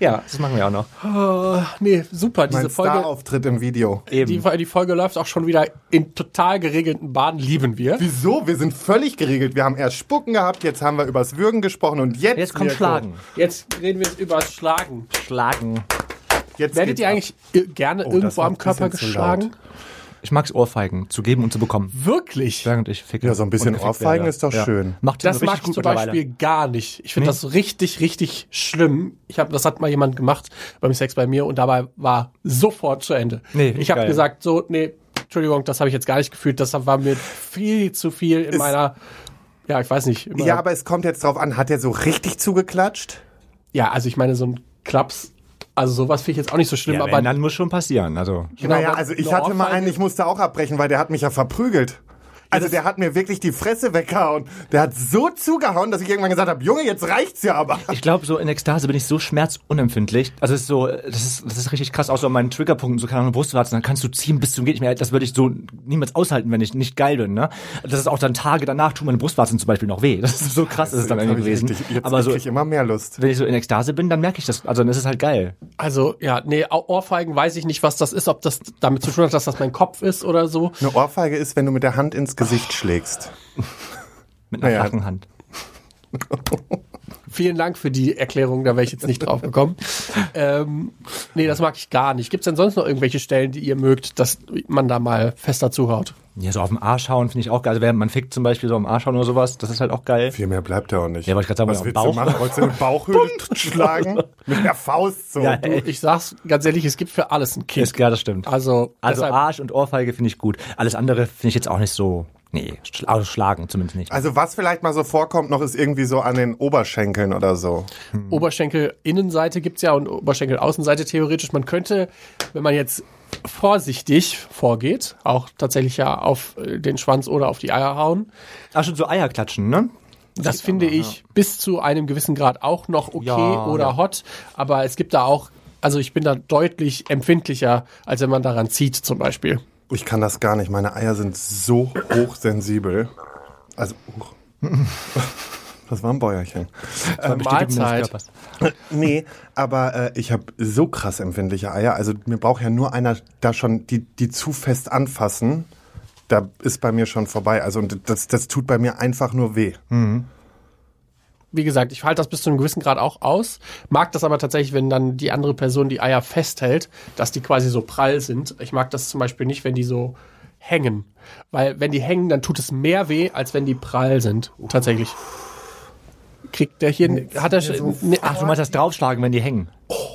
Speaker 1: Ja, das machen wir auch noch.
Speaker 2: Nee, super, diese
Speaker 3: Mein
Speaker 2: Folge.
Speaker 3: Star-Auftritt im Video.
Speaker 1: Eben.
Speaker 2: Die, die Folge läuft auch schon wieder in total geregelten Bahnen, lieben wir.
Speaker 3: Wieso? Wir sind völlig geregelt. Wir haben erst Spucken gehabt, jetzt haben wir übers Würgen gesprochen und jetzt.
Speaker 1: Jetzt kommt
Speaker 3: Mirko,
Speaker 1: Schlagen.
Speaker 2: Jetzt reden wir jetzt über das Schlagen.
Speaker 1: Schlagen.
Speaker 3: Jetzt
Speaker 2: Werdet
Speaker 3: geht's
Speaker 2: ihr
Speaker 3: ab. Oh,
Speaker 2: eigentlich äh, gerne
Speaker 3: das
Speaker 2: irgendwo
Speaker 3: war
Speaker 2: am
Speaker 3: ein
Speaker 2: Körper
Speaker 3: bisschen zu laut.
Speaker 2: geschlagen?
Speaker 1: Ich mag's Ohrfeigen, zu geben und zu bekommen.
Speaker 2: Wirklich?
Speaker 1: Während ich ficke.
Speaker 3: Ja, so ein bisschen
Speaker 1: und gefickt
Speaker 3: Ohrfeigen ist doch schön.
Speaker 1: Macht
Speaker 2: Das
Speaker 1: richtig
Speaker 2: mag ich
Speaker 1: gut
Speaker 2: zum
Speaker 1: mittlerweile.
Speaker 2: Beispiel gar nicht. Ich finde das richtig, richtig schlimm. Ich hab, das hat mal jemand gemacht beim Sex bei mir und dabei war sofort zu Ende.
Speaker 1: Nee,
Speaker 2: ich habe
Speaker 1: geil.
Speaker 2: gesagt, so, nee, Entschuldigung, das habe ich jetzt gar nicht gefühlt. Das war mir viel zu viel in meiner Ja, ich weiß nicht. immer-
Speaker 3: Ja, aber es kommt jetzt drauf an, hat er so richtig zugeklatscht?
Speaker 2: ja, also ich meine, so ein Klaps, also sowas finde ich jetzt auch nicht so schlimm,
Speaker 1: Ja,
Speaker 2: aber
Speaker 1: aber dann muss schon passieren. Also
Speaker 2: Genau,
Speaker 3: naja,
Speaker 2: aber
Speaker 3: also ich
Speaker 2: eine
Speaker 3: hatte mal
Speaker 2: Ohrfeige-
Speaker 3: einen, ich musste auch abbrechen, weil der hat mich ja verprügelt. Also der hat mir wirklich die Fresse weggehauen. Der hat so zugehauen, dass ich irgendwann gesagt habe, Junge, jetzt reicht's ja aber.
Speaker 1: ich glaube, so in Ekstase bin ich so schmerzunempfindlich. Also es ist so, das ist, das ist richtig krass, außer meinen Triggerpunkten, so keine Ahnung, Brustwarzen, dann kannst du ziehen bis zum geht nicht mehr. Das würde ich so niemals aushalten, wenn ich nicht geil bin. Ne? Das ist auch dann Tage danach tun meine Brustwarzen zum Beispiel noch weh. Das ist so krass, ist es dann
Speaker 3: Jetzt hab
Speaker 1: irgendwie
Speaker 3: ich
Speaker 1: gewesen.
Speaker 3: richtig- jetzt
Speaker 1: Aber so,
Speaker 3: krieg ich immer mehr Lust.
Speaker 1: wenn ich so in Ekstase bin, dann merke ich das. Also dann ist es halt geil.
Speaker 2: Also, ja, nee, Au- Ohrfeigen weiß ich nicht, was das ist, ob das damit zu tun hat, dass das mein Kopf ist oder so.
Speaker 3: Eine Ohrfeige ist, wenn du mit der Hand ins Gesicht schlägst.
Speaker 1: Mit einer
Speaker 3: Naja.
Speaker 1: flachen Hand.
Speaker 2: Vielen Dank für die Erklärung, da wäre ich jetzt nicht drauf [laughs] gekommen. ähm, nee, das mag ich gar nicht. Gibt es denn sonst noch irgendwelche Stellen, die ihr mögt, dass man da mal fester zuhaut?
Speaker 1: Ja, so auf den Arsch hauen finde ich auch geil. Also während man fickt zum Beispiel so am Arsch hauen oder sowas, das ist halt auch geil.
Speaker 3: Viel mehr bleibt da auch nicht.
Speaker 1: Ja, wollte ich grad sagen,
Speaker 3: Was
Speaker 1: am
Speaker 3: willst du
Speaker 1: Bauch.
Speaker 3: machen? Wolltest du eine
Speaker 1: [laughs]
Speaker 3: Bauchhöhle schlagen? Mit der Faust so.
Speaker 1: Ja,
Speaker 2: Du, ich sag's ganz ehrlich, Äh, es gibt für alles einen Kick.
Speaker 1: Ist klar, das stimmt.
Speaker 2: Also,
Speaker 1: Also
Speaker 2: deshalb-
Speaker 1: Arsch und Ohrfeige finde ich gut. Alles andere finde ich jetzt auch nicht so. Nee, schla- also schlagen zumindest nicht.
Speaker 3: Also was vielleicht mal so vorkommt noch, ist irgendwie so an den Oberschenkeln oder so.
Speaker 2: Oberschenkel-Innenseite gibt's ja und Oberschenkel-Außenseite theoretisch. Man könnte, wenn man jetzt vorsichtig vorgeht, auch tatsächlich ja auf äh, den Schwanz oder auf die Eier hauen,
Speaker 1: Ach, schon so Eier klatschen, ne?
Speaker 2: Das finde ich bis zu einem gewissen Grad auch noch okay
Speaker 1: Ja,
Speaker 2: oder
Speaker 1: ja.
Speaker 2: hot, aber es gibt da auch, also ich bin da deutlich empfindlicher, als wenn man daran zieht zum Beispiel.
Speaker 3: Ich kann das gar nicht. Meine Eier sind so hochsensibel. Also, [laughs] uch. das war ein Bäuerchen.
Speaker 1: Ähm,
Speaker 2: Mahlzeit.
Speaker 3: Nee, aber äh, ich habe so krass empfindliche Eier. Also mir braucht ja nur einer da schon die, die zu fest anfassen. Da ist bei mir schon vorbei. Also und das, das tut bei mir einfach nur weh.
Speaker 2: Hm. Wie gesagt, ich halte das bis zu einem gewissen Grad auch aus, mag das aber tatsächlich, wenn dann die andere Person die Eier festhält, dass die quasi so prall sind. Ich mag das zum Beispiel nicht, wenn die so hängen, weil wenn die hängen, dann tut es mehr weh, als wenn die prall sind, tatsächlich. Kriegt der hier, hat er schon, nee,
Speaker 1: Ach, du meinst das draufschlagen, wenn die hängen.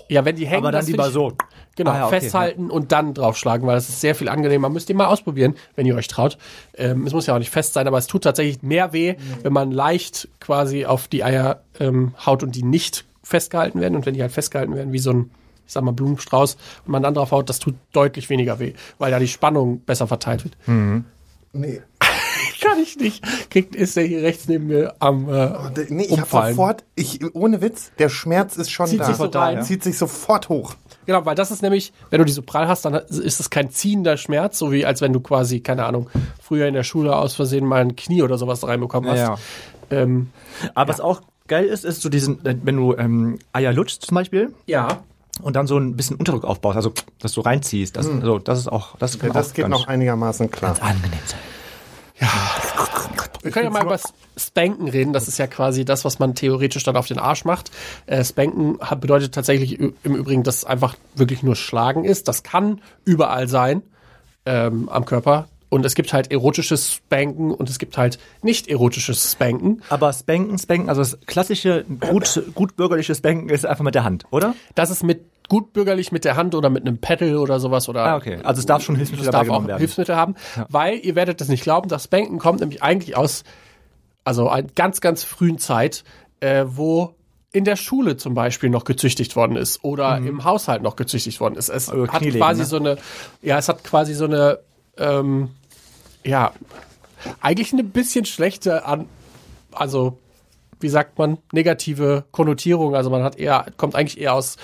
Speaker 2: ja, wenn die hängen,
Speaker 1: Aber dann
Speaker 2: das find
Speaker 1: lieber
Speaker 2: ich-
Speaker 1: so.
Speaker 2: Genau,
Speaker 1: Ah, ja, okay,
Speaker 2: festhalten und dann draufschlagen, weil das ist sehr viel angenehmer. Müsst ihr mal ausprobieren, wenn ihr euch traut. Ähm, es muss ja auch nicht fest sein, aber es tut tatsächlich mehr weh,
Speaker 1: Mhm.
Speaker 2: wenn man leicht quasi auf die Eier ähm, haut und die nicht festgehalten werden. Und wenn die halt festgehalten werden, wie so ein, ich sag mal, Blumenstrauß und man dann drauf haut, das tut deutlich weniger weh, weil da die Spannung besser verteilt wird.
Speaker 1: Hm.
Speaker 3: Nee.
Speaker 2: [laughs] Kann ich nicht. Kriegt, ist der hier rechts neben mir am äh,
Speaker 1: Oh,
Speaker 3: D- Nee, ich habe
Speaker 2: Umfallen.
Speaker 3: sofort, ich, ohne Witz, der Schmerz ist schon
Speaker 2: Zieht
Speaker 3: da.
Speaker 2: sich so rein.
Speaker 3: Ja. Zieht sich sofort hoch.
Speaker 2: Genau, weil das ist nämlich, wenn du die so prall hast, dann ist es kein ziehender Schmerz, so wie als wenn du quasi, keine Ahnung, früher in der Schule aus Versehen mal ein Knie oder sowas reinbekommen hast.
Speaker 1: Ja.
Speaker 2: Ähm,
Speaker 1: Aber was auch geil ist, ist so diesen, äh, wenn du ähm, Eier lutschst zum Beispiel
Speaker 2: ja.
Speaker 1: und dann so ein bisschen Unterdruck aufbaust, also dass du reinziehst. Das,
Speaker 2: Mhm.
Speaker 1: also, das ist auch, das, kann
Speaker 3: Ja, das
Speaker 1: auch
Speaker 3: geht
Speaker 1: ganz
Speaker 3: noch einigermaßen klar.
Speaker 1: angenehm sein.
Speaker 2: Wir können ja mal über S- Spanken reden. Das ist ja quasi das, was man theoretisch dann auf den Arsch macht. Äh, Spanken hat, bedeutet tatsächlich ü- im Übrigen, dass es einfach wirklich nur Schlagen ist. Das kann überall sein ähm, am Körper. Und es gibt halt erotisches Spanken und es gibt halt nicht erotisches Spanken.
Speaker 1: Aber Spanken, Spanken, also das klassische, gut, gut bürgerliche Spanken ist einfach mit der Hand, oder?
Speaker 2: Das ist mit gut bürgerlich mit der Hand oder mit einem Pedal oder sowas oder
Speaker 1: Ah, okay. Also es darf schon Hilfsmittel
Speaker 2: das darf
Speaker 1: dabei
Speaker 2: auch
Speaker 1: genommen werden.
Speaker 2: Hilfsmittel haben, weil ihr werdet das nicht glauben, das Banken kommt nämlich eigentlich aus also einer ganz ganz frühen Zeit, äh, wo in der Schule zum Beispiel noch gezüchtigt worden ist oder im Haushalt noch gezüchtigt worden ist. Es
Speaker 1: Mhm. Also
Speaker 2: hat
Speaker 1: Knielegen,
Speaker 2: quasi
Speaker 1: ne?
Speaker 2: so eine ja, es hat quasi so eine ähm, ja eigentlich eine bisschen schlechte an also wie sagt man, negative Konnotierung. Also man hat eher, kommt eigentlich eher aus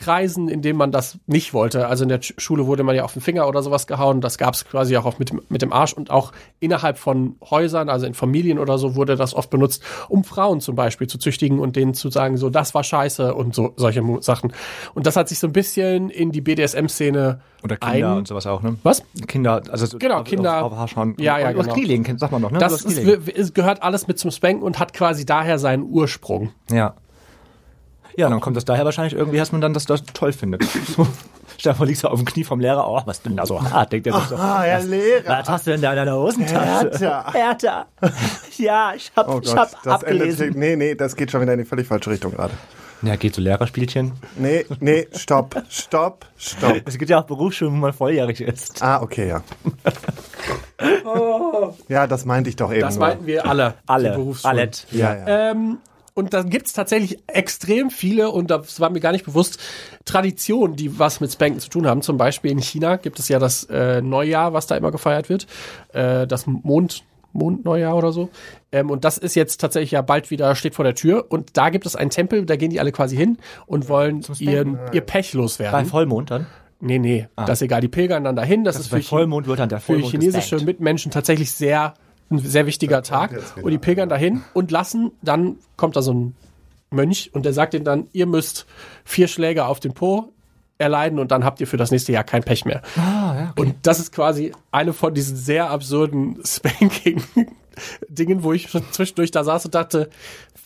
Speaker 2: Kreisen, in denen man das nicht wollte. Also in der Sch- Schule wurde man ja auf den Finger oder sowas gehauen. Das gab es quasi auch auf mit, dem- mit dem Arsch und auch innerhalb von Häusern, also in Familien oder so, wurde das oft benutzt, um Frauen zum Beispiel zu züchtigen und denen zu sagen, so das war scheiße und so solche Mo- Sachen. Und das hat sich so ein bisschen in die BDSM-Szene
Speaker 1: Oder Kinder und sowas auch, ne?
Speaker 2: Was?
Speaker 1: Kinder, also so
Speaker 2: Genau,
Speaker 1: auf,
Speaker 2: Kinder.
Speaker 1: Auf, auf Haarschauen.
Speaker 2: Ja, ja,
Speaker 1: und, und
Speaker 2: genau.
Speaker 1: Knielegen, kennt- sagt man noch, ne?
Speaker 2: Das
Speaker 1: Oder
Speaker 2: ist,
Speaker 1: Knielegen.
Speaker 2: es gehört alles mit zum Spanken und hat quasi daher seinen Ursprung.
Speaker 1: Ja. Ja, dann kommt das daher wahrscheinlich irgendwie, dass man dann das, das toll findet. So. Stefan liegt so auf dem Knie vom Lehrer. Oh, was ist denn da so hart? Denkt er sich so.
Speaker 3: Ah, Herr Lehrer.
Speaker 1: Was hast du denn da in deiner Hosentasche?
Speaker 3: Härter.
Speaker 1: Härter. Ja, ich hab,
Speaker 3: Oh
Speaker 1: ich
Speaker 3: Gott,
Speaker 1: hab
Speaker 3: das endet.
Speaker 1: abgelesen.
Speaker 3: Nee, nee, das geht schon wieder in die völlig falsche Richtung gerade.
Speaker 1: Ja, geht so Lehrerspielchen.
Speaker 3: Nee, nee, stopp, stopp, stopp.
Speaker 2: [laughs]
Speaker 1: Es gibt ja auch Berufsschulen, wo man volljährig ist.
Speaker 3: Ah, okay, ja. Ja, das meinte ich doch eben.
Speaker 2: Das
Speaker 3: nur.
Speaker 2: meinten wir alle. die
Speaker 1: Alle.
Speaker 2: Berufsschule.
Speaker 1: Alle.
Speaker 3: Ja, ja.
Speaker 2: Ähm, und da gibt's tatsächlich extrem viele, und das war mir gar nicht bewusst, Traditionen, die was mit Spanken zu tun haben. Zum Beispiel in China gibt es ja das äh, Neujahr, was da immer gefeiert wird. Äh, das Mond, Mondneujahr oder so. Ähm, und das ist jetzt tatsächlich ja bald wieder, steht vor der Tür. Und da gibt es einen Tempel, da gehen die alle quasi hin und wollen ihren, ihr Pech
Speaker 1: Bei
Speaker 2: loswerden.
Speaker 1: Vollmond dann?
Speaker 2: Nee, nee, das ist egal. Die pilgern dann dahin. Das, ist für
Speaker 1: Ah. Bei
Speaker 2: Chi-
Speaker 1: Vollmond wird dann der
Speaker 2: für
Speaker 1: Vollmond
Speaker 2: chinesische
Speaker 1: gestankt.
Speaker 2: Mitmenschen tatsächlich sehr ein sehr wichtiger Tag.
Speaker 3: jetzt wieder
Speaker 2: Und die pilgern dahin und lassen, dann kommt da so ein Mönch und der sagt ihnen dann, ihr müsst vier Schläge auf den Po erleiden und dann habt ihr für das nächste Jahr kein Pech mehr. Und das ist quasi eine von diesen sehr absurden [laughs] Spanking-Dingen, wo ich schon zwischendurch da saß und dachte,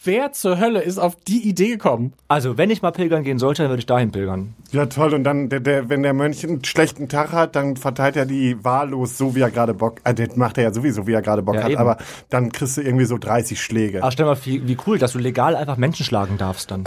Speaker 2: wer zur Hölle ist auf die Idee gekommen?
Speaker 1: Also, wenn ich mal pilgern gehen sollte, dann würde ich dahin pilgern.
Speaker 3: ja, toll. Und dann, der, der, wenn der Mönch einen schlechten Tag hat, dann verteilt er die wahllos so, wie er gerade Bock hat. Äh, das macht er ja sowieso, wie er gerade Bock
Speaker 1: Ja,
Speaker 3: hat.
Speaker 1: eben.
Speaker 3: Aber dann kriegst du irgendwie so 30 Schläge.
Speaker 1: Aber Ah, stell mal, wie, wie cool, dass du legal einfach Menschen schlagen darfst dann.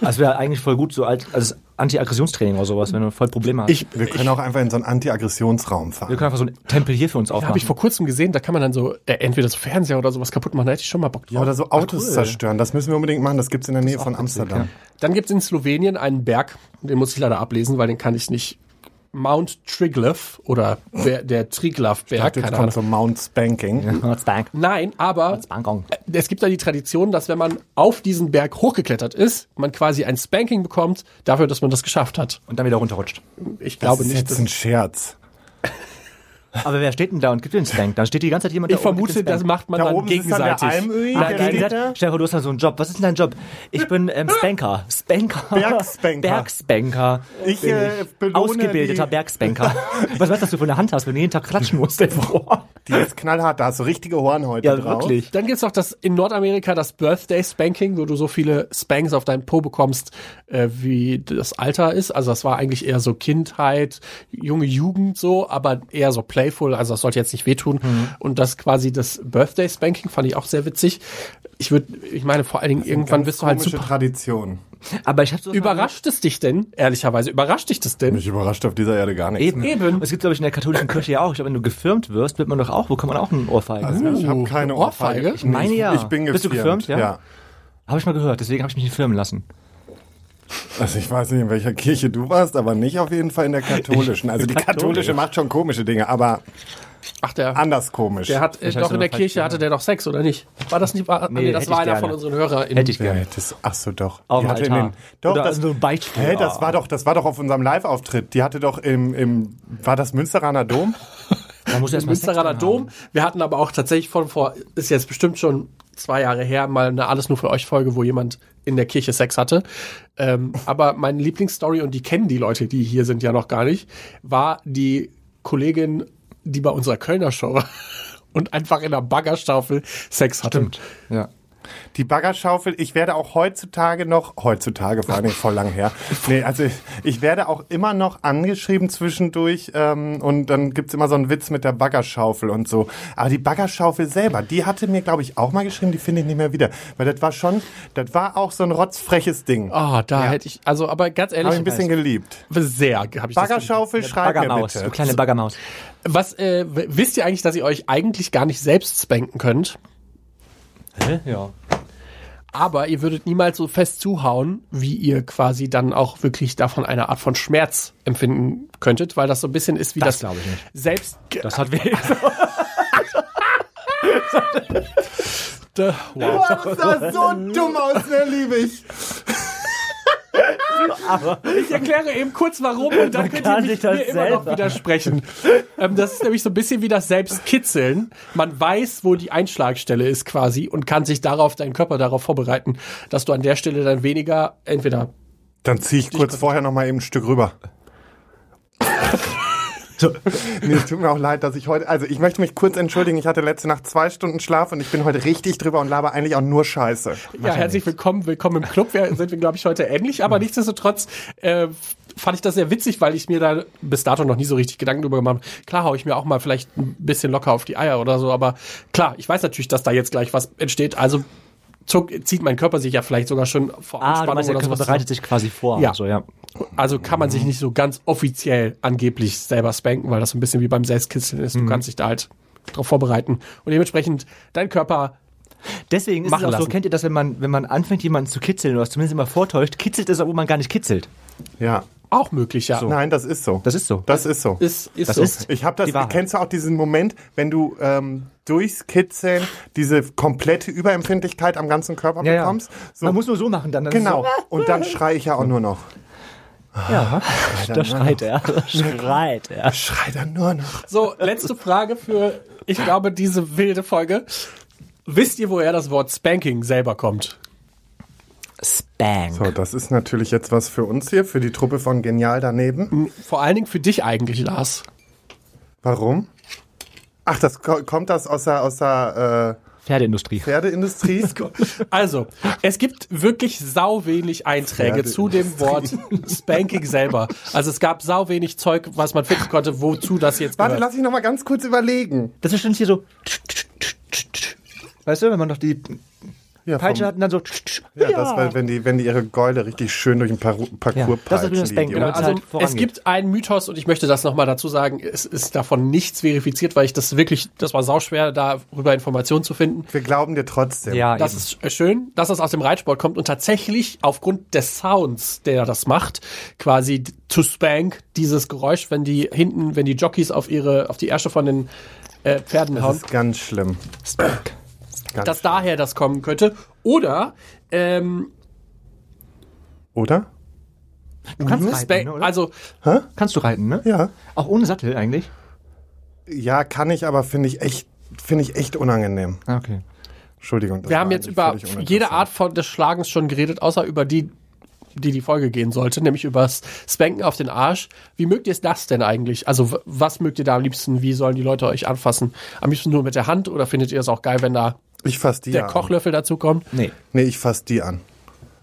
Speaker 1: Das wäre eigentlich voll gut, so als, als Anti-Aggressionstraining oder sowas, wenn du voll Probleme hast.
Speaker 2: Ich,
Speaker 3: wir können auch einfach in so einen Anti-Aggressionsraum fahren.
Speaker 1: Wir können einfach so einen Tempel hier für uns
Speaker 2: habe
Speaker 1: aufmachen.
Speaker 2: ich vor kurzem gesehen, da kann man dann so äh, entweder so Fernseher oder sowas kaputt machen, da hätte ich schon mal Bock drauf.
Speaker 3: Ja, oder so Autos zerstören. Das müssen wir unbedingt machen. Das gibt's in der Nähe von Amsterdam.
Speaker 2: Dann gibt es in Slowenien einen Berg, den muss ich leider ablesen, weil den kann ich nicht. Mount Triglav oder der, der Triglav-Berg,
Speaker 3: Jetzt
Speaker 2: keine
Speaker 3: kommt
Speaker 2: Ahnung.
Speaker 3: so Mount Spanking.
Speaker 1: Dank.
Speaker 2: Nein, aber es gibt da die Tradition, dass wenn man auf diesen Berg hochgeklettert ist, man quasi ein Spanking bekommt dafür, dass man das geschafft hat.
Speaker 1: Und dann wieder runterrutscht.
Speaker 2: Ich
Speaker 3: Das
Speaker 2: glaube
Speaker 3: ist
Speaker 2: nicht.
Speaker 3: jetzt
Speaker 2: Dass
Speaker 3: ein Scherz.
Speaker 1: Aber wer steht denn da und gibt den Stank? Dann steht die ganze Zeit jemand
Speaker 2: ich
Speaker 1: da oben und
Speaker 2: vermute,
Speaker 1: gibt den
Speaker 2: das
Speaker 1: Stank.
Speaker 2: macht man
Speaker 3: Da
Speaker 2: dann
Speaker 3: oben sitzt dann der
Speaker 2: gegenseitig.
Speaker 3: Almöhi,
Speaker 2: Nein,
Speaker 3: der
Speaker 2: nein,
Speaker 3: steht-
Speaker 1: Stefan, Stefan, du hast da so einen Job. Was ist denn dein Job? Ich bin ähm, Spanker. Spanker.
Speaker 3: Bergspanker.
Speaker 1: Bergspanker.
Speaker 3: Ich,
Speaker 1: bin
Speaker 3: äh, belohne
Speaker 1: Ausgebildeter
Speaker 3: die-
Speaker 1: Bergspanker. Was weißt du, was du für eine Hand hast, wenn du jeden Tag klatschen musst? ey? Boah.
Speaker 3: Die ist knallhart. Da hast du richtige Hornhäute
Speaker 1: ja,
Speaker 3: drauf.
Speaker 1: wirklich.
Speaker 2: Dann gibt's auch das in Nordamerika das Birthday Spanking, wo du so viele Spanks auf deinen Po bekommst, äh, wie das Alter ist. Also das war eigentlich eher so Kindheit, junge Jugend so, aber eher so playful. Also das sollte jetzt nicht wehtun.
Speaker 1: Mhm.
Speaker 2: Und das quasi das Birthday Spanking fand ich auch sehr witzig. Ich würde, ich meine vor allen Dingen irgendwann wirst du halt
Speaker 3: Komische
Speaker 2: super.
Speaker 3: Tradition.
Speaker 1: Aber ich habe so
Speaker 2: Überrascht es dich denn? Ehrlicherweise überrascht dich das denn?
Speaker 3: Mich überrascht auf dieser Erde gar nichts.
Speaker 1: Eben.
Speaker 2: Eben.
Speaker 1: Es gibt, glaube ich, in der katholischen Kirche ja auch. Ich glaube, wenn du gefirmt wirst, wird man doch auch, bekommt man auch einen Ohrfeigen.
Speaker 3: Also ich habe
Speaker 2: Uh,
Speaker 3: keine
Speaker 2: eine Ohrfeige?
Speaker 3: Ohrfeige.
Speaker 2: Ich
Speaker 1: meine
Speaker 3: Nee,
Speaker 1: ja.
Speaker 3: Ich bin gefirmt.
Speaker 1: Bist du gefirmt, ja?
Speaker 3: ja.
Speaker 1: Habe ich mal gehört, deswegen habe ich mich nicht firmen lassen.
Speaker 3: Also ich weiß nicht, in welcher Kirche du warst, aber nicht auf jeden
Speaker 1: [laughs]
Speaker 3: Fall in der katholischen. Also die katholische macht schon komische Dinge, aber
Speaker 2: Ach der.
Speaker 3: anders komisch.
Speaker 2: Der hat äh,
Speaker 1: Ich hab's
Speaker 2: doch in der
Speaker 1: nur falsch
Speaker 2: Kirche hatte der doch Sex oder nicht? War das nicht? War, nee,
Speaker 1: Nee,
Speaker 2: das
Speaker 1: hätte
Speaker 2: war
Speaker 1: ich
Speaker 2: einer
Speaker 1: gerne.
Speaker 2: von unseren Hörern.
Speaker 1: Hätte ich
Speaker 3: ja,
Speaker 1: gerne.
Speaker 3: das, ach so doch.
Speaker 1: Auf
Speaker 3: Die
Speaker 1: dem
Speaker 3: hatte in
Speaker 1: Altar.
Speaker 3: den, doch,
Speaker 1: Oder
Speaker 3: das,
Speaker 1: in so einem Beichtstuhl.
Speaker 3: Hä, das war doch, das war doch auf unserem Live-Auftritt. Die hatte doch im, im, war das Münsteraner Dom?
Speaker 1: Man muss erst mal Sex
Speaker 2: Münsteraner
Speaker 1: dran
Speaker 2: Dom. Wir hatten aber auch tatsächlich von vor, ist jetzt bestimmt schon zwei Jahre her, mal eine Alles nur für euch Folge, wo jemand in der Kirche Sex hatte.
Speaker 3: [laughs]
Speaker 2: Ähm, aber meine Lieblingsstory, und die kennen die Leute, die hier sind, ja noch gar nicht, war die Kollegin, die bei unserer Kölner Show war [laughs] und einfach in der Baggerstaffel Sex hatte. Stimmt.
Speaker 1: haben. Ja.
Speaker 3: Die Baggerschaufel, ich werde auch heutzutage noch, heutzutage vor allem voll lang her. Nee, also ich, ich werde auch immer noch angeschrieben zwischendurch ähm, und dann gibt's immer so einen Witz mit der Baggerschaufel und so. Aber die Baggerschaufel selber, die hatte mir, glaube ich, auch mal geschrieben, die finde ich nicht mehr wieder. Weil das war schon, das war auch so ein rotzfreches Ding. Habe
Speaker 2: Ah, da hätte ich, also, aber ganz
Speaker 3: ich
Speaker 2: ehrlich,
Speaker 3: ein bisschen geliebt.
Speaker 2: sehr habe ich das
Speaker 3: Baggerschaufel, schreib mir
Speaker 1: Baggermaus,
Speaker 3: bitte.
Speaker 1: du kleine Baggermaus.
Speaker 2: Was, äh, w- wisst ihr eigentlich, dass ihr euch eigentlich gar nicht selbst spanken könnt?
Speaker 1: Ja.
Speaker 2: Aber ihr würdet niemals so fest zuhauen, wie ihr quasi dann auch wirklich davon eine Art von Schmerz empfinden könntet, weil das so ein bisschen ist wie
Speaker 1: Das
Speaker 2: das,
Speaker 1: glaube ich nicht.
Speaker 2: selbst
Speaker 1: Das hat weh.
Speaker 2: wow.
Speaker 3: Das sah so dumm aus, ne, liebe ich.
Speaker 2: Ich erkläre eben kurz warum und dann könnt ihr
Speaker 1: kann
Speaker 2: mich
Speaker 1: sich das
Speaker 2: mir immer noch
Speaker 1: selber.
Speaker 2: widersprechen. ähm, das ist nämlich so ein bisschen wie das Selbstkitzeln. Man weiß, wo die Einschlagstelle ist quasi und kann sich darauf, deinen Körper darauf vorbereiten, dass du an der Stelle dann weniger entweder
Speaker 3: Dann ziehe ich kurz vorher noch mal eben ein Stück rüber. [laughs] nee, es tut mir auch leid, dass ich heute. Also ich möchte mich kurz entschuldigen. Ich hatte letzte Nacht zwei Stunden Schlaf und ich bin heute richtig drüber und laber eigentlich auch nur Scheiße.
Speaker 2: Ja, herzlich willkommen, willkommen im Club. Wir sind wir, glaube ich, heute ähnlich,
Speaker 1: Mhm.
Speaker 2: aber nichtsdestotrotz äh, fand ich das sehr witzig, weil ich mir da bis dato noch nie so richtig Gedanken drüber gemacht habe. Klar hau ich mir auch mal vielleicht ein bisschen locker auf die Eier oder so, aber klar, ich weiß natürlich, dass da jetzt gleich was entsteht, also zuck, zieht mein Körper sich ja vielleicht sogar schon vor
Speaker 1: Ah,
Speaker 2: Anspannung
Speaker 1: du meinst, der
Speaker 2: oder
Speaker 1: Körper
Speaker 2: sowas. ne?
Speaker 1: bereitet Mhm. sich quasi vor.
Speaker 2: Ja.
Speaker 1: So, ja.
Speaker 2: Also kann man sich
Speaker 1: Mhm.
Speaker 2: nicht so ganz offiziell angeblich selber spanken, weil das so ein bisschen wie beim Selbstkitzeln ist. Du kannst dich da halt darauf vorbereiten und dementsprechend dein Körper
Speaker 1: Deswegen ist
Speaker 2: Machen
Speaker 1: es auch so,
Speaker 2: lassen.
Speaker 1: kennt ihr das, wenn man, wenn man anfängt, jemanden zu kitzeln oder zumindest immer vortäuscht, kitzelt es, obwohl man gar nicht kitzelt.
Speaker 3: Ja.
Speaker 2: auch möglich, ja.
Speaker 3: Nein, das ist so.
Speaker 1: Das ist so.
Speaker 3: Das ist so.
Speaker 2: Ist, ist
Speaker 1: Das
Speaker 2: so.
Speaker 1: ist-
Speaker 3: Ich habe
Speaker 1: Die
Speaker 3: das,
Speaker 1: Wahrheit.
Speaker 3: kennst du auch diesen Moment, wenn du ähm, durchs Kitzeln diese komplette Überempfindlichkeit am ganzen Körper bekommst? So,
Speaker 1: Man muss nur so machen dann. dann ist
Speaker 3: genau.
Speaker 1: es
Speaker 3: Und dann schreie ich ja auch nur noch.
Speaker 1: So, ja. Da schreit er. Da schreit er.
Speaker 3: Schrei dann nur noch.
Speaker 2: So, letzte Frage für, ich glaube, diese wilde Folge. Wisst ihr, woher das Wort Spanking selber kommt?
Speaker 1: Spang.
Speaker 3: So, das ist natürlich jetzt was für uns hier, für die Truppe von Genial daneben.
Speaker 2: Vor allen Dingen für dich eigentlich, Lars.
Speaker 3: Warum? Ach, das ko- kommt das aus der, aus der äh,
Speaker 1: Pferdeindustrie.
Speaker 3: [laughs] Pferdeindustrie?
Speaker 2: Also, es gibt wirklich sau wenig Einträge
Speaker 3: Pferde-
Speaker 2: zu dem Wort Spanking selber. Also es gab sau wenig Zeug, was man finden konnte, wozu das jetzt
Speaker 3: Warte,
Speaker 2: gehört.
Speaker 3: lass mich noch mal ganz kurz überlegen.
Speaker 1: Das ist schon hier so. Weißt du, wenn man noch die
Speaker 3: Ja,
Speaker 1: Peitsche
Speaker 3: vom-
Speaker 1: hat und dann so.
Speaker 3: Ja, das war, wenn die, wenn die ihre Gäule richtig schön durch den Paru
Speaker 1: Ja,
Speaker 3: Parcours
Speaker 1: das
Speaker 3: peitschen.
Speaker 1: ist übrigens
Speaker 3: die
Speaker 1: Bank,
Speaker 3: Idioten.
Speaker 1: genau.
Speaker 2: Also
Speaker 1: Zeit
Speaker 2: es
Speaker 1: vorangeht.
Speaker 2: gibt einen Mythos und ich möchte das nochmal dazu sagen, es ist davon nichts verifiziert, weil ich das wirklich, das war sauschwer, darüber Informationen zu finden.
Speaker 3: Wir glauben dir trotzdem.
Speaker 1: ja,
Speaker 2: Das
Speaker 1: Ah, eben.
Speaker 2: ist sch- schön, dass das aus dem Reitsport kommt und tatsächlich aufgrund des Sounds, der das macht, quasi d- to spank dieses Geräusch, wenn die hinten, wenn die Jockeys auf ihre, auf die Ärsche von den äh, Pferden
Speaker 3: Das
Speaker 2: hauen,
Speaker 3: ist ganz schlimm. Ganz
Speaker 2: dass daher das kommen könnte. Oder ähm,
Speaker 3: Oder?
Speaker 1: du kannst
Speaker 2: Spank,
Speaker 1: reiten, ne, oder?
Speaker 2: also
Speaker 1: kannst du reiten, ne?
Speaker 3: Ja.
Speaker 1: Auch ohne Sattel eigentlich.
Speaker 3: Ja, kann ich, aber finde ich echt, finde ich echt unangenehm.
Speaker 1: Ah, Okay.
Speaker 3: Entschuldigung. das
Speaker 2: wir
Speaker 3: war
Speaker 2: haben jetzt
Speaker 3: eigentlich
Speaker 2: über
Speaker 3: völlig uninteressant.
Speaker 2: jede Art von des Schlagens schon geredet, außer über die, die die Folge gehen sollte, nämlich über Spanken auf den Arsch. Wie mögt ihr es das denn eigentlich? Also w- was mögt ihr da am liebsten? Wie sollen die Leute euch anfassen? Am liebsten nur mit der Hand oder findet ihr es auch geil, wenn da
Speaker 3: Ich fass die
Speaker 2: der
Speaker 3: an.
Speaker 2: Kochlöffel dazu kommt?
Speaker 1: Nee.
Speaker 3: Nee, ich fass die an.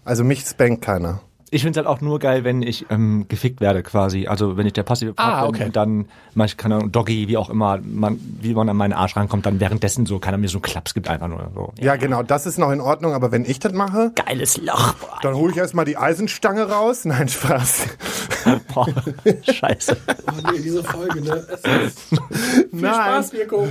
Speaker 3: Also mich spankt keiner.
Speaker 1: Ich finde es halt auch nur geil, wenn ich ähm, gefickt werde quasi. Also wenn ich der passive Part
Speaker 2: Ah,
Speaker 1: bin
Speaker 2: okay.
Speaker 1: und dann mach ich keine Ahnung, Doggy, wie auch immer, man, wie man an meinen Arsch rankommt, dann währenddessen so keiner mir so einen Klaps gibt einfach nur so.
Speaker 3: Ja, genau, das ist noch in Ordnung, aber wenn ich das mache,
Speaker 1: Geiles Loch,
Speaker 3: [laughs]
Speaker 1: boah.
Speaker 3: dann hole ich erstmal die Eisenstange raus. [laughs] Nein, Spaß.
Speaker 1: boah. Scheiße.
Speaker 2: Oh nee, diese Folge, ne?
Speaker 3: [laughs] Nein.
Speaker 2: Mirko.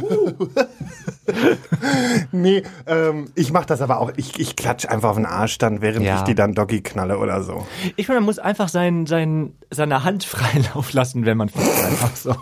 Speaker 3: Nee, ähm, ich mache das aber auch. Ich, ich klatsch einfach auf den Arsch dann, während
Speaker 1: Ja.
Speaker 3: ich die dann Doggy knalle oder so.
Speaker 1: Ich finde, man muss einfach sein, sein, seine Hand [laughs] freien Lauf lassen, wenn man fickt einfach so.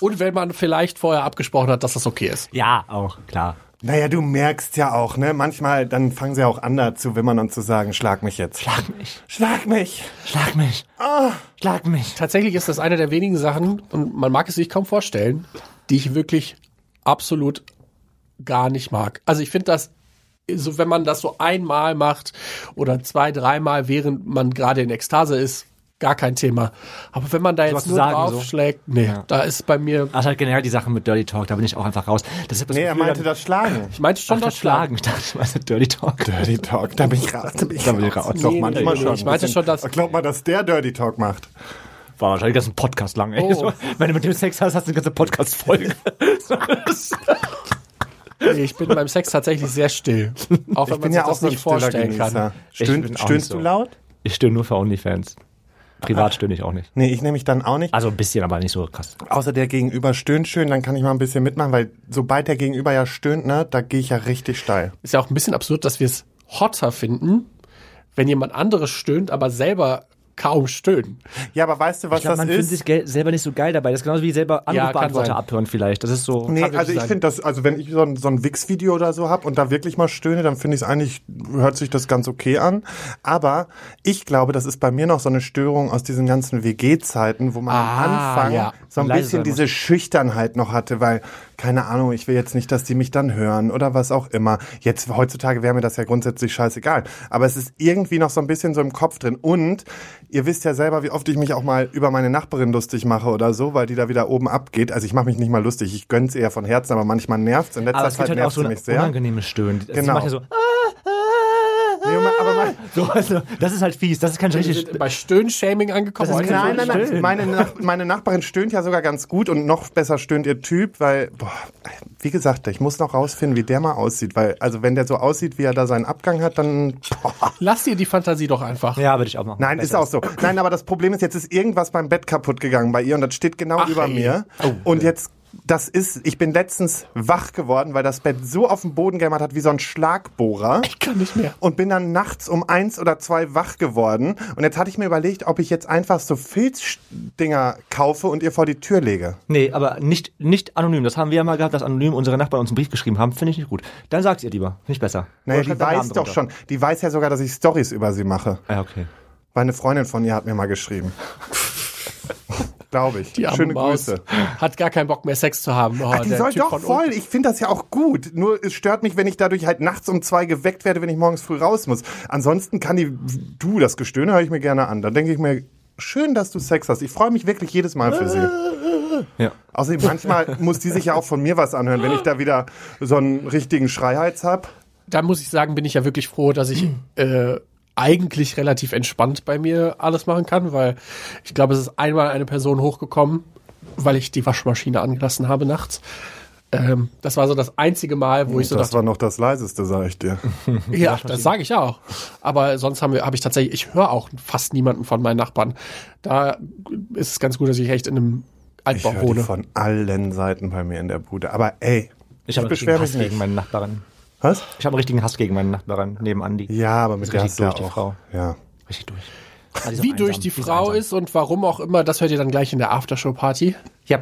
Speaker 2: Und wenn man vielleicht vorher abgesprochen hat, dass das okay ist.
Speaker 1: Ja, auch, klar.
Speaker 3: Naja, du merkst ja auch, ne? Manchmal, dann fangen sie auch an dazu, wenn man dann zu sagen, schlag mich jetzt.
Speaker 1: Schlag mich,
Speaker 3: Schlag mich!
Speaker 1: schlag mich,
Speaker 3: Ah.
Speaker 1: schlag mich.
Speaker 2: Tatsächlich ist das eine der wenigen Sachen, und man mag es sich kaum vorstellen, die ich wirklich absolut gar nicht mag. Also ich finde das, so wenn man das so einmal macht oder zwei, dreimal, während man gerade in Ekstase ist, gar kein Thema. Aber wenn man da jetzt
Speaker 1: zu
Speaker 2: nur
Speaker 1: sagen, so.
Speaker 2: draufschlägt, nee, da ist bei mir,
Speaker 1: Also halt generell die Sachen mit Dirty Talk, da bin ich auch einfach raus. Das ist das
Speaker 3: Nee, er
Speaker 1: Gefühl,
Speaker 3: meinte
Speaker 1: dann-
Speaker 3: das Schlagen.
Speaker 2: ich meinte schon
Speaker 1: Ach, das
Speaker 2: das
Speaker 1: Schlagen.
Speaker 2: Schlagen.
Speaker 1: Ich dachte, [laughs] ich meinte Dirty Talk.
Speaker 3: Dirty Talk, da bin ich raus. Da bin ich, raus.
Speaker 2: Nee,
Speaker 3: Doch,
Speaker 2: nee,
Speaker 3: manchmal
Speaker 2: nee,
Speaker 3: schon.
Speaker 2: nee, ich meinte schon, dass-
Speaker 3: Glaub mal, dass der Dirty Talk macht.
Speaker 1: War wahrscheinlich den ganzen Podcast lang, ey.
Speaker 2: Oh.
Speaker 1: So, wenn du mit dem Sex hast, hast du eine ganze Podcast-Folge.
Speaker 2: Nee, ich bin beim Sex tatsächlich sehr still.
Speaker 3: [laughs]
Speaker 2: Auch wenn man
Speaker 3: Ich bin
Speaker 2: sich
Speaker 3: ja auch
Speaker 2: das
Speaker 3: so ein
Speaker 2: nicht
Speaker 3: stiller
Speaker 2: vorstellen kann.
Speaker 3: Genießer.
Speaker 1: Ich bin
Speaker 3: Stöhn,
Speaker 1: auch nicht
Speaker 3: stöhnst
Speaker 1: so.
Speaker 3: du laut?
Speaker 1: [laughs] Ich stöhne nur für Onlyfans. Privat stöhne ich auch nicht.
Speaker 3: Nee, ich nehme mich dann auch nicht.
Speaker 1: Also ein bisschen, aber nicht so krass.
Speaker 3: Außer der Gegenüber stöhnt schön, dann kann ich mal ein bisschen mitmachen, weil sobald der Gegenüber ja stöhnt, ne, da gehe ich ja richtig steil.
Speaker 2: Ist ja auch ein bisschen absurd, dass wir es hotter finden, wenn jemand anderes stöhnt, aber selber kaum stöhnen.
Speaker 3: Ja, aber weißt du, was
Speaker 1: Ich glaube,
Speaker 3: das
Speaker 1: man fühlt
Speaker 3: ist?
Speaker 1: sich gel- selber nicht so geil dabei. Das ist genauso wie selber
Speaker 2: Ja, kann
Speaker 1: Anrufbeantworter
Speaker 2: sein.
Speaker 1: abhören vielleicht. Das ist so.
Speaker 3: Nee,
Speaker 2: Kann wirklich
Speaker 3: also ich
Speaker 2: sein.
Speaker 3: finde das, also wenn ich so ein, so ein Wix-Video oder so hab und da wirklich mal stöhne, dann finde ich es eigentlich, hört sich das ganz okay an. Aber ich glaube, das ist bei mir noch so eine Störung aus diesen ganzen WG-Zeiten, wo man
Speaker 2: Ah,
Speaker 3: am Anfang
Speaker 2: ja.
Speaker 3: so ein
Speaker 1: Leise sein
Speaker 3: bisschen
Speaker 1: muss.
Speaker 3: diese Schüchternheit noch hatte, weil, keine Ahnung, ich will jetzt nicht, dass die mich dann hören oder was auch immer. Jetzt, heutzutage wäre mir das ja grundsätzlich scheißegal. Aber es ist irgendwie noch so ein bisschen so im Kopf drin. Und ihr wisst ja selber, wie oft ich mich auch mal über meine Nachbarin lustig mache oder so, weil die da wieder oben abgeht. Also ich mache mich nicht mal lustig. Ich gönn's eher von Herzen, aber manchmal nervt's. In letzter
Speaker 1: aber es
Speaker 3: Zeit
Speaker 1: gibt halt auch
Speaker 3: nervt's
Speaker 1: so ein
Speaker 3: mich sehr.
Speaker 1: unangenehmes Stöhnen. Also
Speaker 3: Genau.
Speaker 1: Die macht ja so, [laughs]
Speaker 3: Nee, aber mein,
Speaker 1: so also, das ist halt fies. Das ist kein
Speaker 2: Wir
Speaker 1: richtig.
Speaker 2: sind bei Stöhnshaming angekommen.
Speaker 1: Das ist
Speaker 2: Heute
Speaker 3: Also Nein,
Speaker 1: Nein,
Speaker 3: nein, nein.
Speaker 1: stöhnen.
Speaker 3: Meine, Nach meine Nachbarin stöhnt ja sogar ganz gut und noch besser stöhnt ihr Typ, weil, boah, wie gesagt, ich muss noch rausfinden, wie der mal aussieht, weil, also wenn der so aussieht, wie er da seinen Abgang hat, dann, boah.
Speaker 2: Lass dir die Fantasie doch einfach.
Speaker 1: Ja, würde ich auch machen.
Speaker 3: Nein, ist auch so. Nein, aber das Problem ist, jetzt ist irgendwas beim Bett kaputt gegangen bei ihr und das steht genau
Speaker 2: Ach,
Speaker 3: über
Speaker 2: ey. Oh.
Speaker 3: mir. und jetzt das ist, ich bin letztens wach geworden, weil das Bett so auf den Boden gehämmert hat wie so ein Schlagbohrer.
Speaker 2: Ich kann nicht mehr.
Speaker 3: Und bin dann nachts um eins oder zwei wach geworden. Und jetzt hatte ich mir überlegt, ob ich jetzt einfach so Filzdinger kaufe und ihr vor die Tür lege.
Speaker 1: Nee, aber nicht, nicht anonym. Das haben wir ja mal gehabt, dass anonym unsere Nachbarn uns einen Brief geschrieben haben. Finde ich nicht gut. Dann sag's ihr lieber. Finde ich besser.
Speaker 3: Naja,
Speaker 1: Oder
Speaker 3: die
Speaker 1: schreibt deinen
Speaker 3: weiß
Speaker 1: Namen
Speaker 3: doch
Speaker 1: drunter. Ah,
Speaker 3: schon. Die weiß ja sogar, dass ich Stories über sie mache.
Speaker 1: Ja, okay.
Speaker 3: Weil eine Freundin von ihr hat mir
Speaker 2: [laughs]
Speaker 3: mal geschrieben. Glaube ich.
Speaker 2: Die arme
Speaker 3: Schöne
Speaker 2: Maus
Speaker 3: Grüße.
Speaker 2: Hat gar keinen Bock mehr Sex zu haben. Oh,
Speaker 3: Ach, die
Speaker 2: der
Speaker 3: soll
Speaker 2: Typ
Speaker 3: doch
Speaker 2: von
Speaker 3: voll. Ich finde das ja auch gut. Nur es stört mich, wenn ich dadurch halt nachts um zwei geweckt werde, wenn ich morgens früh raus muss. Ansonsten kann die, du, das Gestöhne höre ich mir gerne an. Da denke ich mir, schön, dass du Sex hast. Ich freue mich wirklich jedes Mal
Speaker 2: Ah.
Speaker 3: für sie.
Speaker 1: Ja.
Speaker 3: Außerdem, Also manchmal muss die sich ja auch von mir was anhören, wenn ich da wieder so einen richtigen Schreihals habe.
Speaker 2: da muss ich sagen, bin ich ja wirklich froh, dass ich äh, eigentlich relativ entspannt bei mir alles machen kann, weil ich glaube, es ist einmal eine Person hochgekommen, weil ich die Waschmaschine angelassen habe nachts. Ähm, das war so das einzige Mal, wo ich so
Speaker 3: Oh, Das
Speaker 2: dachte,
Speaker 3: war noch das leiseste, sage ich dir.
Speaker 2: ja, das sage ich auch. Aber sonst haben wir, habe ich tatsächlich, ich höre auch fast niemanden von meinen Nachbarn. Da ist es ganz gut, dass ich echt in einem
Speaker 3: Ich
Speaker 2: Altbau
Speaker 3: höre die
Speaker 2: wohne.
Speaker 3: von allen Seiten bei mir in der Bude. Aber ey,
Speaker 1: Ich habe einen richtigen
Speaker 3: beschwer mich
Speaker 1: Hass
Speaker 3: nicht.
Speaker 1: gegen meine Nachbarin.
Speaker 3: Was?
Speaker 1: Ich habe einen richtigen Hass gegen meine Nachbarin nebenan. Die
Speaker 3: Ja, aber mit
Speaker 1: Ist
Speaker 3: der
Speaker 1: richtig
Speaker 3: hast du ja
Speaker 1: durch, die
Speaker 3: auch.
Speaker 1: Frau.
Speaker 3: Ja.
Speaker 1: Richtig durch. Ah, die ist
Speaker 2: Wie
Speaker 1: auch
Speaker 2: durch
Speaker 1: einsam.
Speaker 2: die
Speaker 1: ist
Speaker 2: Frau
Speaker 1: einsam.
Speaker 2: ist und warum auch immer, das hört ihr dann gleich in der Aftershow-Party.
Speaker 1: Ja.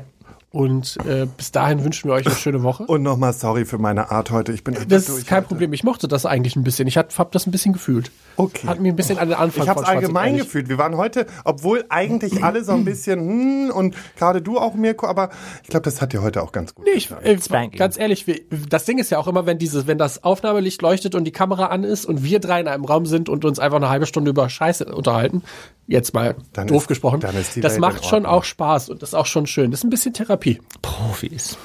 Speaker 2: Und äh, bis dahin wünschen wir euch eine schöne Woche.
Speaker 3: [laughs] Und nochmal sorry für meine Art heute. Ich bin einfach
Speaker 2: Das
Speaker 3: durch
Speaker 2: ist kein
Speaker 3: heute.
Speaker 2: Problem. Ich mochte das eigentlich ein bisschen. Ich hab, hab das ein bisschen gefühlt.
Speaker 3: Okay.
Speaker 2: Hat mir ein bisschen an den Anfang
Speaker 3: Ich habe
Speaker 2: von
Speaker 3: es
Speaker 2: Schwarz und
Speaker 3: allgemein
Speaker 2: Ehrlich.
Speaker 3: gefühlt. Wir waren heute, obwohl eigentlich alle so ein bisschen hm, und gerade du auch, Mirko, aber ich glaube, das hat dir heute auch ganz gut.
Speaker 2: Nee, ich, äh,
Speaker 1: Spanking.
Speaker 2: ganz ehrlich, wir, das Ding ist ja auch immer, wenn dieses, wenn das Aufnahmelicht leuchtet und die Kamera an ist und wir drei in einem Raum sind und uns einfach eine halbe Stunde über Scheiße unterhalten, jetzt mal
Speaker 3: Dann
Speaker 2: doof
Speaker 3: ist-
Speaker 2: gesprochen,
Speaker 3: dann ist die
Speaker 2: das
Speaker 3: Welt
Speaker 2: macht
Speaker 3: in
Speaker 2: schon
Speaker 3: Ordnung.
Speaker 2: auch Spaß und das ist auch schon schön. Das ist ein bisschen Therapie.
Speaker 1: Profis.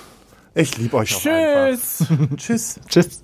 Speaker 3: Ich liebe euch auch
Speaker 2: Tschüss!
Speaker 3: einfach. Tschüss.
Speaker 1: Tschüss.